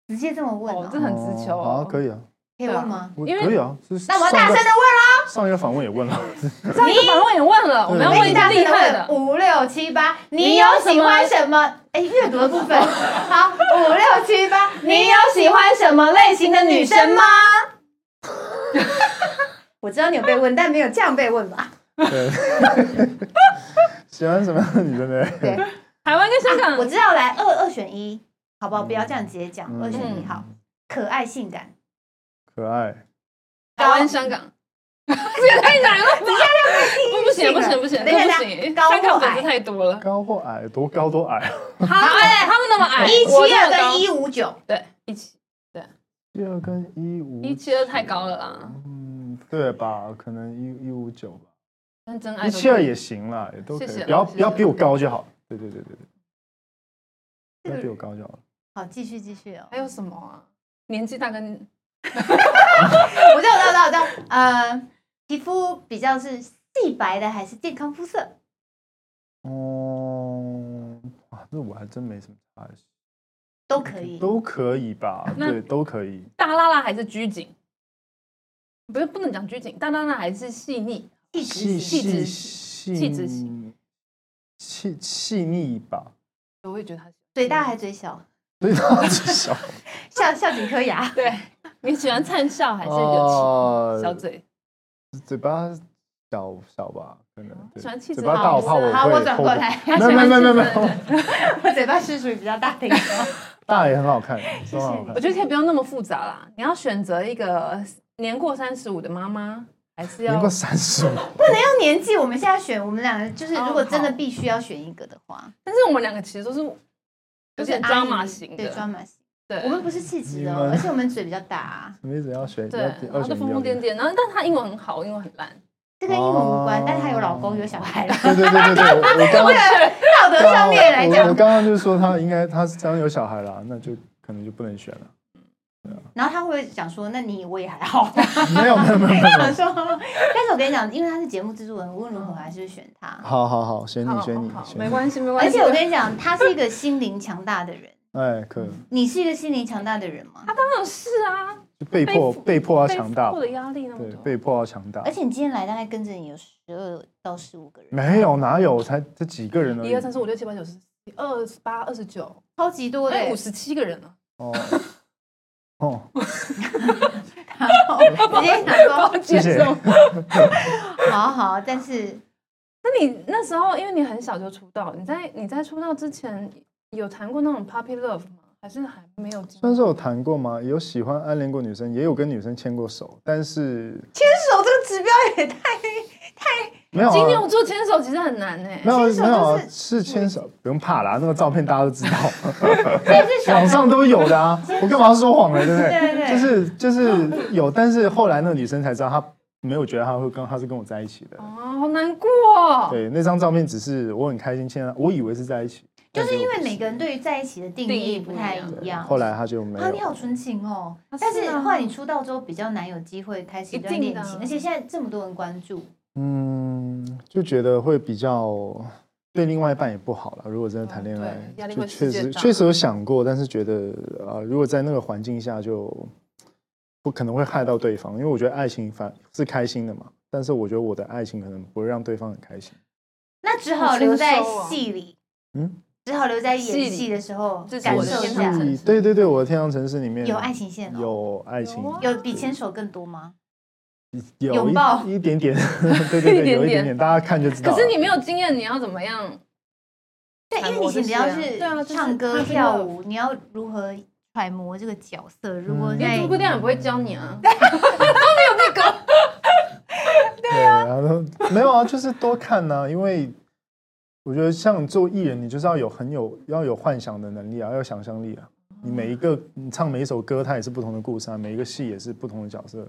[SPEAKER 4] 直接这么问
[SPEAKER 2] 哦
[SPEAKER 4] 哦，，
[SPEAKER 2] 这很直球
[SPEAKER 3] 哦好，可
[SPEAKER 2] 以。
[SPEAKER 3] 以啊。
[SPEAKER 4] 可以问吗？
[SPEAKER 3] 我
[SPEAKER 5] 因为
[SPEAKER 3] 可以啊，是
[SPEAKER 4] 那我要
[SPEAKER 3] 上
[SPEAKER 4] 大声
[SPEAKER 3] 个
[SPEAKER 4] 的问
[SPEAKER 3] 上一个访问也问 了，
[SPEAKER 5] 哦上一个访问也问了，我们要
[SPEAKER 4] 喽，
[SPEAKER 5] 问一
[SPEAKER 4] 你
[SPEAKER 5] 个
[SPEAKER 4] 大声
[SPEAKER 5] 厉
[SPEAKER 4] 的
[SPEAKER 5] 害
[SPEAKER 4] 问
[SPEAKER 5] 的。
[SPEAKER 4] 五六七八，你
[SPEAKER 5] 你
[SPEAKER 4] 有
[SPEAKER 5] 有
[SPEAKER 4] 喜
[SPEAKER 5] 什
[SPEAKER 4] 欢
[SPEAKER 5] 么
[SPEAKER 4] 什么？ 哎，阅读的部分，好，五六七八，你有喜欢什么类型的女 生吗？我知道你有被问，但没有这样被问吧？
[SPEAKER 3] 对， 喜欢什么样的女生呢？
[SPEAKER 4] 对，
[SPEAKER 5] 台湾跟香港
[SPEAKER 4] 啊我，知道，来二二选一，好不好？不要这样直接讲，
[SPEAKER 3] 嗯
[SPEAKER 4] 二选一好，可爱性感，
[SPEAKER 3] 可爱，
[SPEAKER 5] 台湾香 港，这也太难了吧！不不行不行不行，
[SPEAKER 4] 等一
[SPEAKER 5] 这
[SPEAKER 4] 下
[SPEAKER 5] 不行，
[SPEAKER 4] 高
[SPEAKER 5] 香
[SPEAKER 4] 或
[SPEAKER 5] 港粉
[SPEAKER 4] 矮
[SPEAKER 5] 丝太多了。
[SPEAKER 3] 高或矮，多高多矮，
[SPEAKER 5] 他们他们那么矮，
[SPEAKER 4] 一
[SPEAKER 5] 哎我
[SPEAKER 4] 七
[SPEAKER 5] 那
[SPEAKER 4] 二
[SPEAKER 5] 么高
[SPEAKER 4] 跟一五九，
[SPEAKER 5] 对一七
[SPEAKER 3] 第二跟一五
[SPEAKER 5] 一七二太高了啦，
[SPEAKER 3] 嗯，对吧？可能一一五九吧，
[SPEAKER 5] 但真爱
[SPEAKER 3] 一
[SPEAKER 5] 都
[SPEAKER 3] 七二也行啦，也都可
[SPEAKER 5] 谢谢
[SPEAKER 3] 以，不要
[SPEAKER 5] 谢谢
[SPEAKER 3] 不要比我高就好。对对对对对，不要比我高就好了。
[SPEAKER 4] 好，继续继续哦。
[SPEAKER 5] 还有什么啊？年纪大跟
[SPEAKER 4] 我知道，我知道，我知道，我知道。呃，皮肤比较是细白的，还是健康肤色？
[SPEAKER 3] 哦，哇，这我还真没什么差异，
[SPEAKER 4] 都可以。
[SPEAKER 3] 都可以吧？
[SPEAKER 5] 那
[SPEAKER 3] 对，都可以。
[SPEAKER 5] 大拉拉还是拘谨？不是不能讲拘谨，大拉拉还是细腻。
[SPEAKER 4] 气
[SPEAKER 3] 细
[SPEAKER 5] 细
[SPEAKER 3] 细
[SPEAKER 4] 质
[SPEAKER 3] 细
[SPEAKER 5] 气质型
[SPEAKER 3] 细细腻吧，
[SPEAKER 5] 我也觉得他
[SPEAKER 4] 嘴大还嘴小，
[SPEAKER 3] 所以他 至少
[SPEAKER 4] 笑笑几颗牙。
[SPEAKER 5] 对。 你喜欢灿笑还是有气
[SPEAKER 3] 哦
[SPEAKER 5] 小嘴？
[SPEAKER 3] 嘴巴小小吧，可能
[SPEAKER 5] 哦
[SPEAKER 3] 对
[SPEAKER 5] 喜欢气质
[SPEAKER 3] 嘴巴大，我怕
[SPEAKER 5] 好
[SPEAKER 3] 我
[SPEAKER 4] 好，
[SPEAKER 3] 会
[SPEAKER 4] 我转过
[SPEAKER 3] hold
[SPEAKER 4] 来，
[SPEAKER 3] 不。没有没有没有没有，
[SPEAKER 4] 我嘴巴是属于比较大 的一个。
[SPEAKER 3] 大也很 好看，都很好看
[SPEAKER 5] 我。觉得可以不用那么复杂啦。你要选择一个年过三十五的妈妈，还是
[SPEAKER 3] 年
[SPEAKER 5] 要
[SPEAKER 3] 过三十五，
[SPEAKER 4] 要年纪，我们现在选，我们两个就是，
[SPEAKER 5] 哦
[SPEAKER 4] 如果真的必须要选一个的话，
[SPEAKER 5] 但是我们两个其实都是有点抓马
[SPEAKER 4] 阿姨
[SPEAKER 5] 型
[SPEAKER 4] 对，抓
[SPEAKER 5] 的，
[SPEAKER 4] 马型。
[SPEAKER 5] 对，
[SPEAKER 4] 我们不是气质
[SPEAKER 3] 你
[SPEAKER 4] 哦，
[SPEAKER 3] 们
[SPEAKER 4] 而且我们嘴比较大啊，
[SPEAKER 3] 你们一直要选，
[SPEAKER 5] 对，啊
[SPEAKER 3] 要
[SPEAKER 5] 然后
[SPEAKER 3] 二
[SPEAKER 5] 就
[SPEAKER 3] 选一
[SPEAKER 5] 疯疯癫
[SPEAKER 3] 对
[SPEAKER 5] 癫，然后但他英文很好，我英文很烂，
[SPEAKER 4] 这跟英文无关
[SPEAKER 3] 哦，
[SPEAKER 4] 但是她有老公有小孩 了。
[SPEAKER 3] 对对对对，我我刚
[SPEAKER 4] 为了 道德上面
[SPEAKER 3] 啊
[SPEAKER 4] 来
[SPEAKER 3] 我我
[SPEAKER 4] 讲，
[SPEAKER 3] 刚刚就说他应该他是刚刚有小孩了，那就可能就不能 选了。
[SPEAKER 4] 然后他会不会讲说，那你我也还好。
[SPEAKER 3] 没有没有没有没有没有，
[SPEAKER 4] 说，但是我跟你讲，因为他是节目制作人，无论如何还是会选他。
[SPEAKER 3] 好好好，选
[SPEAKER 5] 好
[SPEAKER 3] 你
[SPEAKER 5] 好
[SPEAKER 3] 选你
[SPEAKER 5] 好
[SPEAKER 3] 选
[SPEAKER 5] 哦没
[SPEAKER 3] 你，
[SPEAKER 5] 关系没关
[SPEAKER 4] 而
[SPEAKER 5] 系。
[SPEAKER 4] 哦且我跟你讲，他是一个心灵强大的人。
[SPEAKER 3] 哎，可以
[SPEAKER 4] 你是一个心灵强大的人吗？
[SPEAKER 5] 当然是啊，
[SPEAKER 3] 就被迫
[SPEAKER 5] 被迫
[SPEAKER 3] 被迫要
[SPEAKER 5] 被
[SPEAKER 3] 强大
[SPEAKER 5] 迫，的压力那么
[SPEAKER 3] 对，
[SPEAKER 5] 多，
[SPEAKER 3] 被迫要强大
[SPEAKER 4] 而。且你今天来大概跟着你有十二到十五个人，
[SPEAKER 3] 没有哪有才这几个人而
[SPEAKER 5] 一
[SPEAKER 3] 已
[SPEAKER 5] 二三四五六七八九十，二十八二十九，
[SPEAKER 4] 超级多的、
[SPEAKER 5] 哎，五十七个人了，
[SPEAKER 3] 哦哦，
[SPEAKER 4] 然后 直接想说
[SPEAKER 3] 谢谢。
[SPEAKER 5] 哦
[SPEAKER 4] 好好，但是
[SPEAKER 5] 那你那时候，因为你很小就出道，你在你在出道之前有谈过那种 puppy love 吗？还是还没有经历？
[SPEAKER 3] 虽然说有谈过吗？有喜欢暗恋过女生，也有跟女生牵过手，但是
[SPEAKER 4] 牵手这个指标也太……
[SPEAKER 3] 没有、啊、
[SPEAKER 5] 金牛座牵手其实很难哎、
[SPEAKER 3] 没有
[SPEAKER 4] 牵手
[SPEAKER 3] 没有啊
[SPEAKER 4] 就是
[SPEAKER 3] 是牵手，不用怕啦，那个照片大家都 知道，
[SPEAKER 4] 这是小
[SPEAKER 3] 网上都有的啊，我干嘛要说谎呢？对不对？
[SPEAKER 4] 对对对
[SPEAKER 3] 就是就是有，但是后来那个女生才知道，她没有觉得她会跟她是跟我在一起的。
[SPEAKER 5] 哦，好难过、哦。
[SPEAKER 3] 对，那张照片只是我很开心牵她，我以为是在一起，
[SPEAKER 4] 就是因为
[SPEAKER 3] 但结果不
[SPEAKER 4] 每个人对于在一起的定义不太一样。
[SPEAKER 3] 后来她就没有
[SPEAKER 4] 啊，你好纯情哦！
[SPEAKER 5] 啊
[SPEAKER 4] 但是
[SPEAKER 5] 是啊
[SPEAKER 4] 后来你出道之后，比较难有机会开始一段
[SPEAKER 5] 一定的
[SPEAKER 4] 恋情，而且现在这么多人关注，
[SPEAKER 3] 嗯，就觉得会比较对另外一半也不好了。如果真的谈恋
[SPEAKER 5] 哦对
[SPEAKER 3] 爱，
[SPEAKER 5] 压力
[SPEAKER 3] 就
[SPEAKER 5] 会
[SPEAKER 3] 确
[SPEAKER 5] 直接
[SPEAKER 3] 实
[SPEAKER 5] 大
[SPEAKER 3] 确实有想过，但是觉得啊、呃如果在那个环境下就不可能会害到对方，因为我觉得爱情反是开心的嘛。但是我觉得我的爱情可能不会让对方很开心。
[SPEAKER 4] 那只好留在
[SPEAKER 5] 好成熟哦
[SPEAKER 4] 戏里，
[SPEAKER 3] 嗯，
[SPEAKER 4] 只好留在演
[SPEAKER 5] 戏
[SPEAKER 4] 戏
[SPEAKER 5] 里
[SPEAKER 4] 的时候
[SPEAKER 5] 这是
[SPEAKER 4] 感
[SPEAKER 5] 我的
[SPEAKER 4] 受一
[SPEAKER 5] 天
[SPEAKER 4] 下
[SPEAKER 5] 堂。城
[SPEAKER 3] 嗯
[SPEAKER 5] 市
[SPEAKER 3] 对对对，我的天堂城市里面
[SPEAKER 4] 有爱情线哦，
[SPEAKER 3] 有爱情
[SPEAKER 5] 有，啊
[SPEAKER 4] 有比牵手更多吗？
[SPEAKER 3] 有
[SPEAKER 4] 拥抱
[SPEAKER 3] 一一点 点， 对对
[SPEAKER 5] 一
[SPEAKER 3] 对，
[SPEAKER 5] 点
[SPEAKER 3] 有一
[SPEAKER 5] 点
[SPEAKER 3] 点点，大家看就知道
[SPEAKER 5] 可
[SPEAKER 3] 了。
[SPEAKER 5] 是你没有经验，你要怎么样？
[SPEAKER 4] 对，因为你以前比较是
[SPEAKER 5] 对啊，就是
[SPEAKER 4] 唱歌
[SPEAKER 5] 看这个
[SPEAKER 4] 跳。舞，你要如何揣摩这个角色？如果
[SPEAKER 3] 嗯
[SPEAKER 5] 因为
[SPEAKER 4] 在
[SPEAKER 5] 这部电影不会教你啊，
[SPEAKER 3] 对啊，然后没有啊，就是多看呐、因为我觉得像做艺人，你就是要有很有要有幻想的能力啊，要有想象力啊。你每一
[SPEAKER 4] 嗯
[SPEAKER 3] 个你唱每一首歌，它也是不同的故事啊，每一个戏也是不同的角色，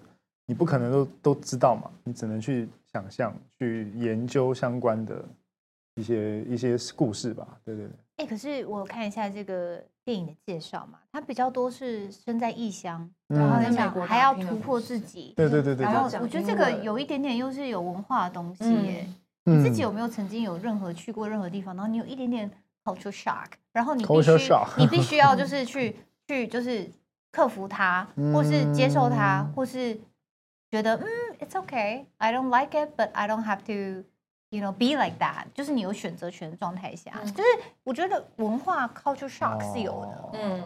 [SPEAKER 3] 你不可能都都知道嘛，你只能去想象、去研究相关的一些一些故事吧。对对对，
[SPEAKER 4] 哎，可是我看一下这个电影的介绍嘛，它比较多是身在异乡，然后
[SPEAKER 3] 嗯
[SPEAKER 4] 在
[SPEAKER 5] 在美
[SPEAKER 4] 想
[SPEAKER 5] 国
[SPEAKER 4] 还
[SPEAKER 5] 打
[SPEAKER 4] 要
[SPEAKER 5] 拼的
[SPEAKER 4] 突
[SPEAKER 5] 故
[SPEAKER 4] 破
[SPEAKER 5] 事
[SPEAKER 4] 自己。
[SPEAKER 3] 对对对对
[SPEAKER 4] 然后
[SPEAKER 3] 对，
[SPEAKER 5] 讲
[SPEAKER 4] 我觉得
[SPEAKER 5] 英
[SPEAKER 4] 这个
[SPEAKER 5] 文
[SPEAKER 4] 有一点点又是有文化的东西
[SPEAKER 5] 嗯
[SPEAKER 4] 耶。你
[SPEAKER 3] 嗯
[SPEAKER 4] 自己有没有曾经有任何去过任何地方，然后你有一点点 culture shock，然后你必 须
[SPEAKER 3] Culture shock
[SPEAKER 4] 你必须要就是去去就是克服它，或是接受它
[SPEAKER 3] 嗯，
[SPEAKER 4] 或是觉得嗯，it's okay, I don't like it, but I don't have to, you know, be like that。就是你有选择权的状态下，
[SPEAKER 5] 嗯
[SPEAKER 4] 就是我觉得文化 culture shock 是有
[SPEAKER 3] 哦
[SPEAKER 4] 的。
[SPEAKER 5] 嗯，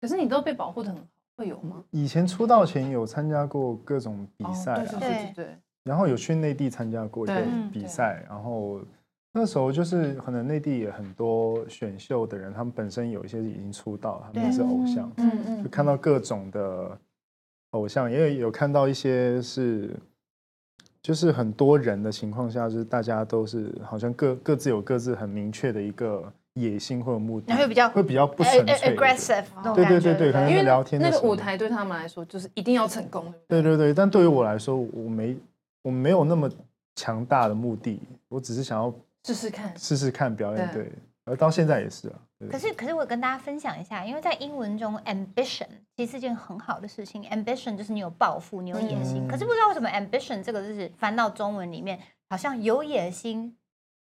[SPEAKER 5] 可是你都被保护的很好，会有吗？
[SPEAKER 3] 以前出道前有参加过各种比
[SPEAKER 5] 哦
[SPEAKER 3] 赛啊，
[SPEAKER 5] 对对对对对，
[SPEAKER 3] 然后有去内地参加过一个
[SPEAKER 5] 对
[SPEAKER 4] 嗯
[SPEAKER 3] 比
[SPEAKER 5] 对
[SPEAKER 3] 赛，然后那时候就是可能内地也很多选秀的人，他们本身有一些已经出道，他们也是偶像，
[SPEAKER 5] 嗯
[SPEAKER 3] 就
[SPEAKER 5] 嗯，
[SPEAKER 3] 看到各种的偶像，也有有看到一些是。就是很多人的情况下，就是大家都是好像各各自有各自很明确的一个野心或者目的，
[SPEAKER 4] 然后又比较
[SPEAKER 3] 会比较不
[SPEAKER 4] 呃
[SPEAKER 3] 纯
[SPEAKER 4] 呃
[SPEAKER 3] 粹。
[SPEAKER 4] aggressive 那种
[SPEAKER 3] 对
[SPEAKER 4] 感
[SPEAKER 3] 对
[SPEAKER 4] 觉，
[SPEAKER 3] 对对，可能
[SPEAKER 5] 因为
[SPEAKER 3] 聊天的
[SPEAKER 5] 那个
[SPEAKER 3] 时候
[SPEAKER 5] 舞台对他们来说就是一定要成功，
[SPEAKER 3] 对对对，但对于我来说，我没我没有那么强大的目的，我只是想要
[SPEAKER 5] 试试看。
[SPEAKER 3] 试试看表演。
[SPEAKER 5] 对
[SPEAKER 3] 对，而到现在也是啊。对
[SPEAKER 4] 可是，可是我跟大家分享一下，因为在英文中，ambition 其实是一件很好的事情。ambition 就是你有抱负，你有野
[SPEAKER 3] 嗯
[SPEAKER 4] 心。可是不知道为什么 ambition 这个字翻到中文里面，好像有野心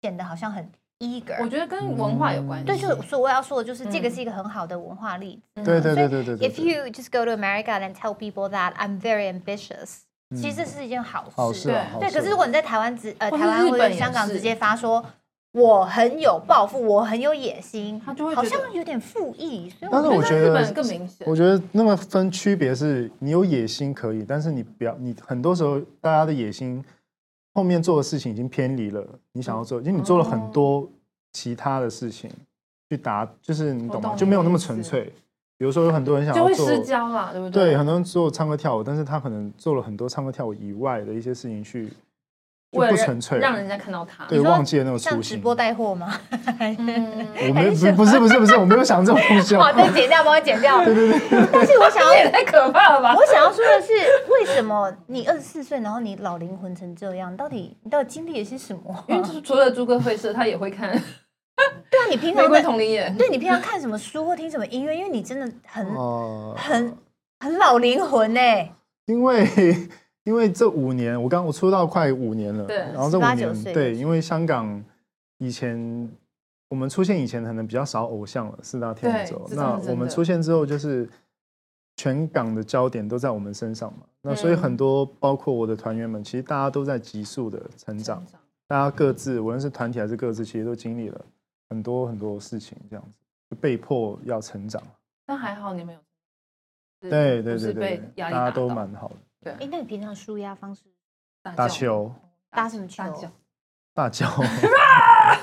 [SPEAKER 4] 显得好像很 eager。
[SPEAKER 5] 我觉得
[SPEAKER 3] 嗯
[SPEAKER 5] 跟文化有关系。
[SPEAKER 4] 对，就是所以我要说的就是，这
[SPEAKER 5] 嗯
[SPEAKER 4] 个是一个很好的文化例子。
[SPEAKER 3] 对对
[SPEAKER 4] 所以
[SPEAKER 3] 对对对对
[SPEAKER 4] If
[SPEAKER 3] 对，
[SPEAKER 4] you just go to America and tell people that I'm very ambitious，、其实这是一件好事。
[SPEAKER 3] 嗯好事啊，好
[SPEAKER 4] 对，
[SPEAKER 3] 事
[SPEAKER 4] 可是如果你在台湾直呃
[SPEAKER 5] 或
[SPEAKER 4] 台
[SPEAKER 5] 是
[SPEAKER 4] 湾
[SPEAKER 5] 日
[SPEAKER 4] 或
[SPEAKER 5] 本
[SPEAKER 4] 者
[SPEAKER 5] 也
[SPEAKER 4] 香港
[SPEAKER 5] 是
[SPEAKER 4] 直接发说，我很有抱负，我很有野心，
[SPEAKER 5] 他就会
[SPEAKER 4] 好
[SPEAKER 5] 觉得
[SPEAKER 4] 像有点负义，所以
[SPEAKER 3] 但
[SPEAKER 4] 我
[SPEAKER 3] 是
[SPEAKER 4] 觉
[SPEAKER 3] 我
[SPEAKER 4] 得
[SPEAKER 3] 觉
[SPEAKER 5] 日本
[SPEAKER 3] 得
[SPEAKER 5] 更明显
[SPEAKER 3] 我。觉得那么分区别是你有野心可以，但是你不要你很多时候大家的野心后面做的事情已经偏离了你想要做，因为你做了很多其他的事情去达，就是你懂
[SPEAKER 5] 我懂
[SPEAKER 3] 吗？
[SPEAKER 5] 你
[SPEAKER 3] 就没有那么
[SPEAKER 5] 的意思
[SPEAKER 3] 纯粹。比如说有很多人想
[SPEAKER 5] 就
[SPEAKER 3] 要
[SPEAKER 5] 会
[SPEAKER 3] 做
[SPEAKER 5] 失焦啦，对不
[SPEAKER 3] 对，
[SPEAKER 5] 对？
[SPEAKER 3] 很多人做唱歌跳舞，但是他可能做了很多唱歌跳舞以外的一些事情去，就
[SPEAKER 5] 为
[SPEAKER 3] 不
[SPEAKER 5] 了
[SPEAKER 3] 纯粹，
[SPEAKER 5] 让人家看到他。
[SPEAKER 3] 对
[SPEAKER 4] 你说
[SPEAKER 3] 忘记了那个初
[SPEAKER 4] 像直
[SPEAKER 3] 心。
[SPEAKER 4] 播带货 吗？
[SPEAKER 5] 嗯，
[SPEAKER 3] 我没不不是不是不是，我没有想这种 东西哦。
[SPEAKER 4] 好，再剪掉，帮我剪掉。对对对。但是我想要，
[SPEAKER 5] 太可怕 了吧？
[SPEAKER 4] 我想要说的是，为什么你二十四岁，然后你老灵魂成这样？到底你到底经历了些什么啊？
[SPEAKER 5] 因为就是除了诸葛会社，他也会 看
[SPEAKER 4] 对啊，你平
[SPEAKER 5] 玫
[SPEAKER 4] 常
[SPEAKER 5] 瑰
[SPEAKER 4] 在
[SPEAKER 5] 同龄眼。
[SPEAKER 4] 对你平常看什么书或听什么音乐？因为你真的很
[SPEAKER 3] 哦、
[SPEAKER 4] 很很老灵魂欸呢、
[SPEAKER 3] 因为因为这五年，我刚我出道快五年了，
[SPEAKER 5] 对
[SPEAKER 3] 然后这五
[SPEAKER 4] 18 19岁
[SPEAKER 3] 年，对，因为香港以前我们出现以前可能比较少偶像了，四大天
[SPEAKER 5] 对
[SPEAKER 3] 王之后，
[SPEAKER 5] 这倒
[SPEAKER 3] 那
[SPEAKER 5] 是真
[SPEAKER 3] 我们
[SPEAKER 5] 的
[SPEAKER 3] 出现之后就是。全港的焦点都在我们身上嘛，
[SPEAKER 5] 嗯
[SPEAKER 3] 那所以很多包括我的团员们，其实大家都在急速的成长，大家各自无论是团体还是各自，其实都经历了很多很多事情，这样子就被迫要成长。
[SPEAKER 5] 但还好你们有，是
[SPEAKER 3] 对对
[SPEAKER 5] 不
[SPEAKER 3] 对
[SPEAKER 5] 是
[SPEAKER 3] 对
[SPEAKER 5] 被，压
[SPEAKER 3] 大
[SPEAKER 5] 力打
[SPEAKER 3] 家
[SPEAKER 5] 到
[SPEAKER 3] 都蛮好的。
[SPEAKER 4] 哎、那你平常舒压方式？
[SPEAKER 3] 打
[SPEAKER 5] 叫
[SPEAKER 3] 球，
[SPEAKER 4] 打什么球
[SPEAKER 5] 打叫
[SPEAKER 3] 大叫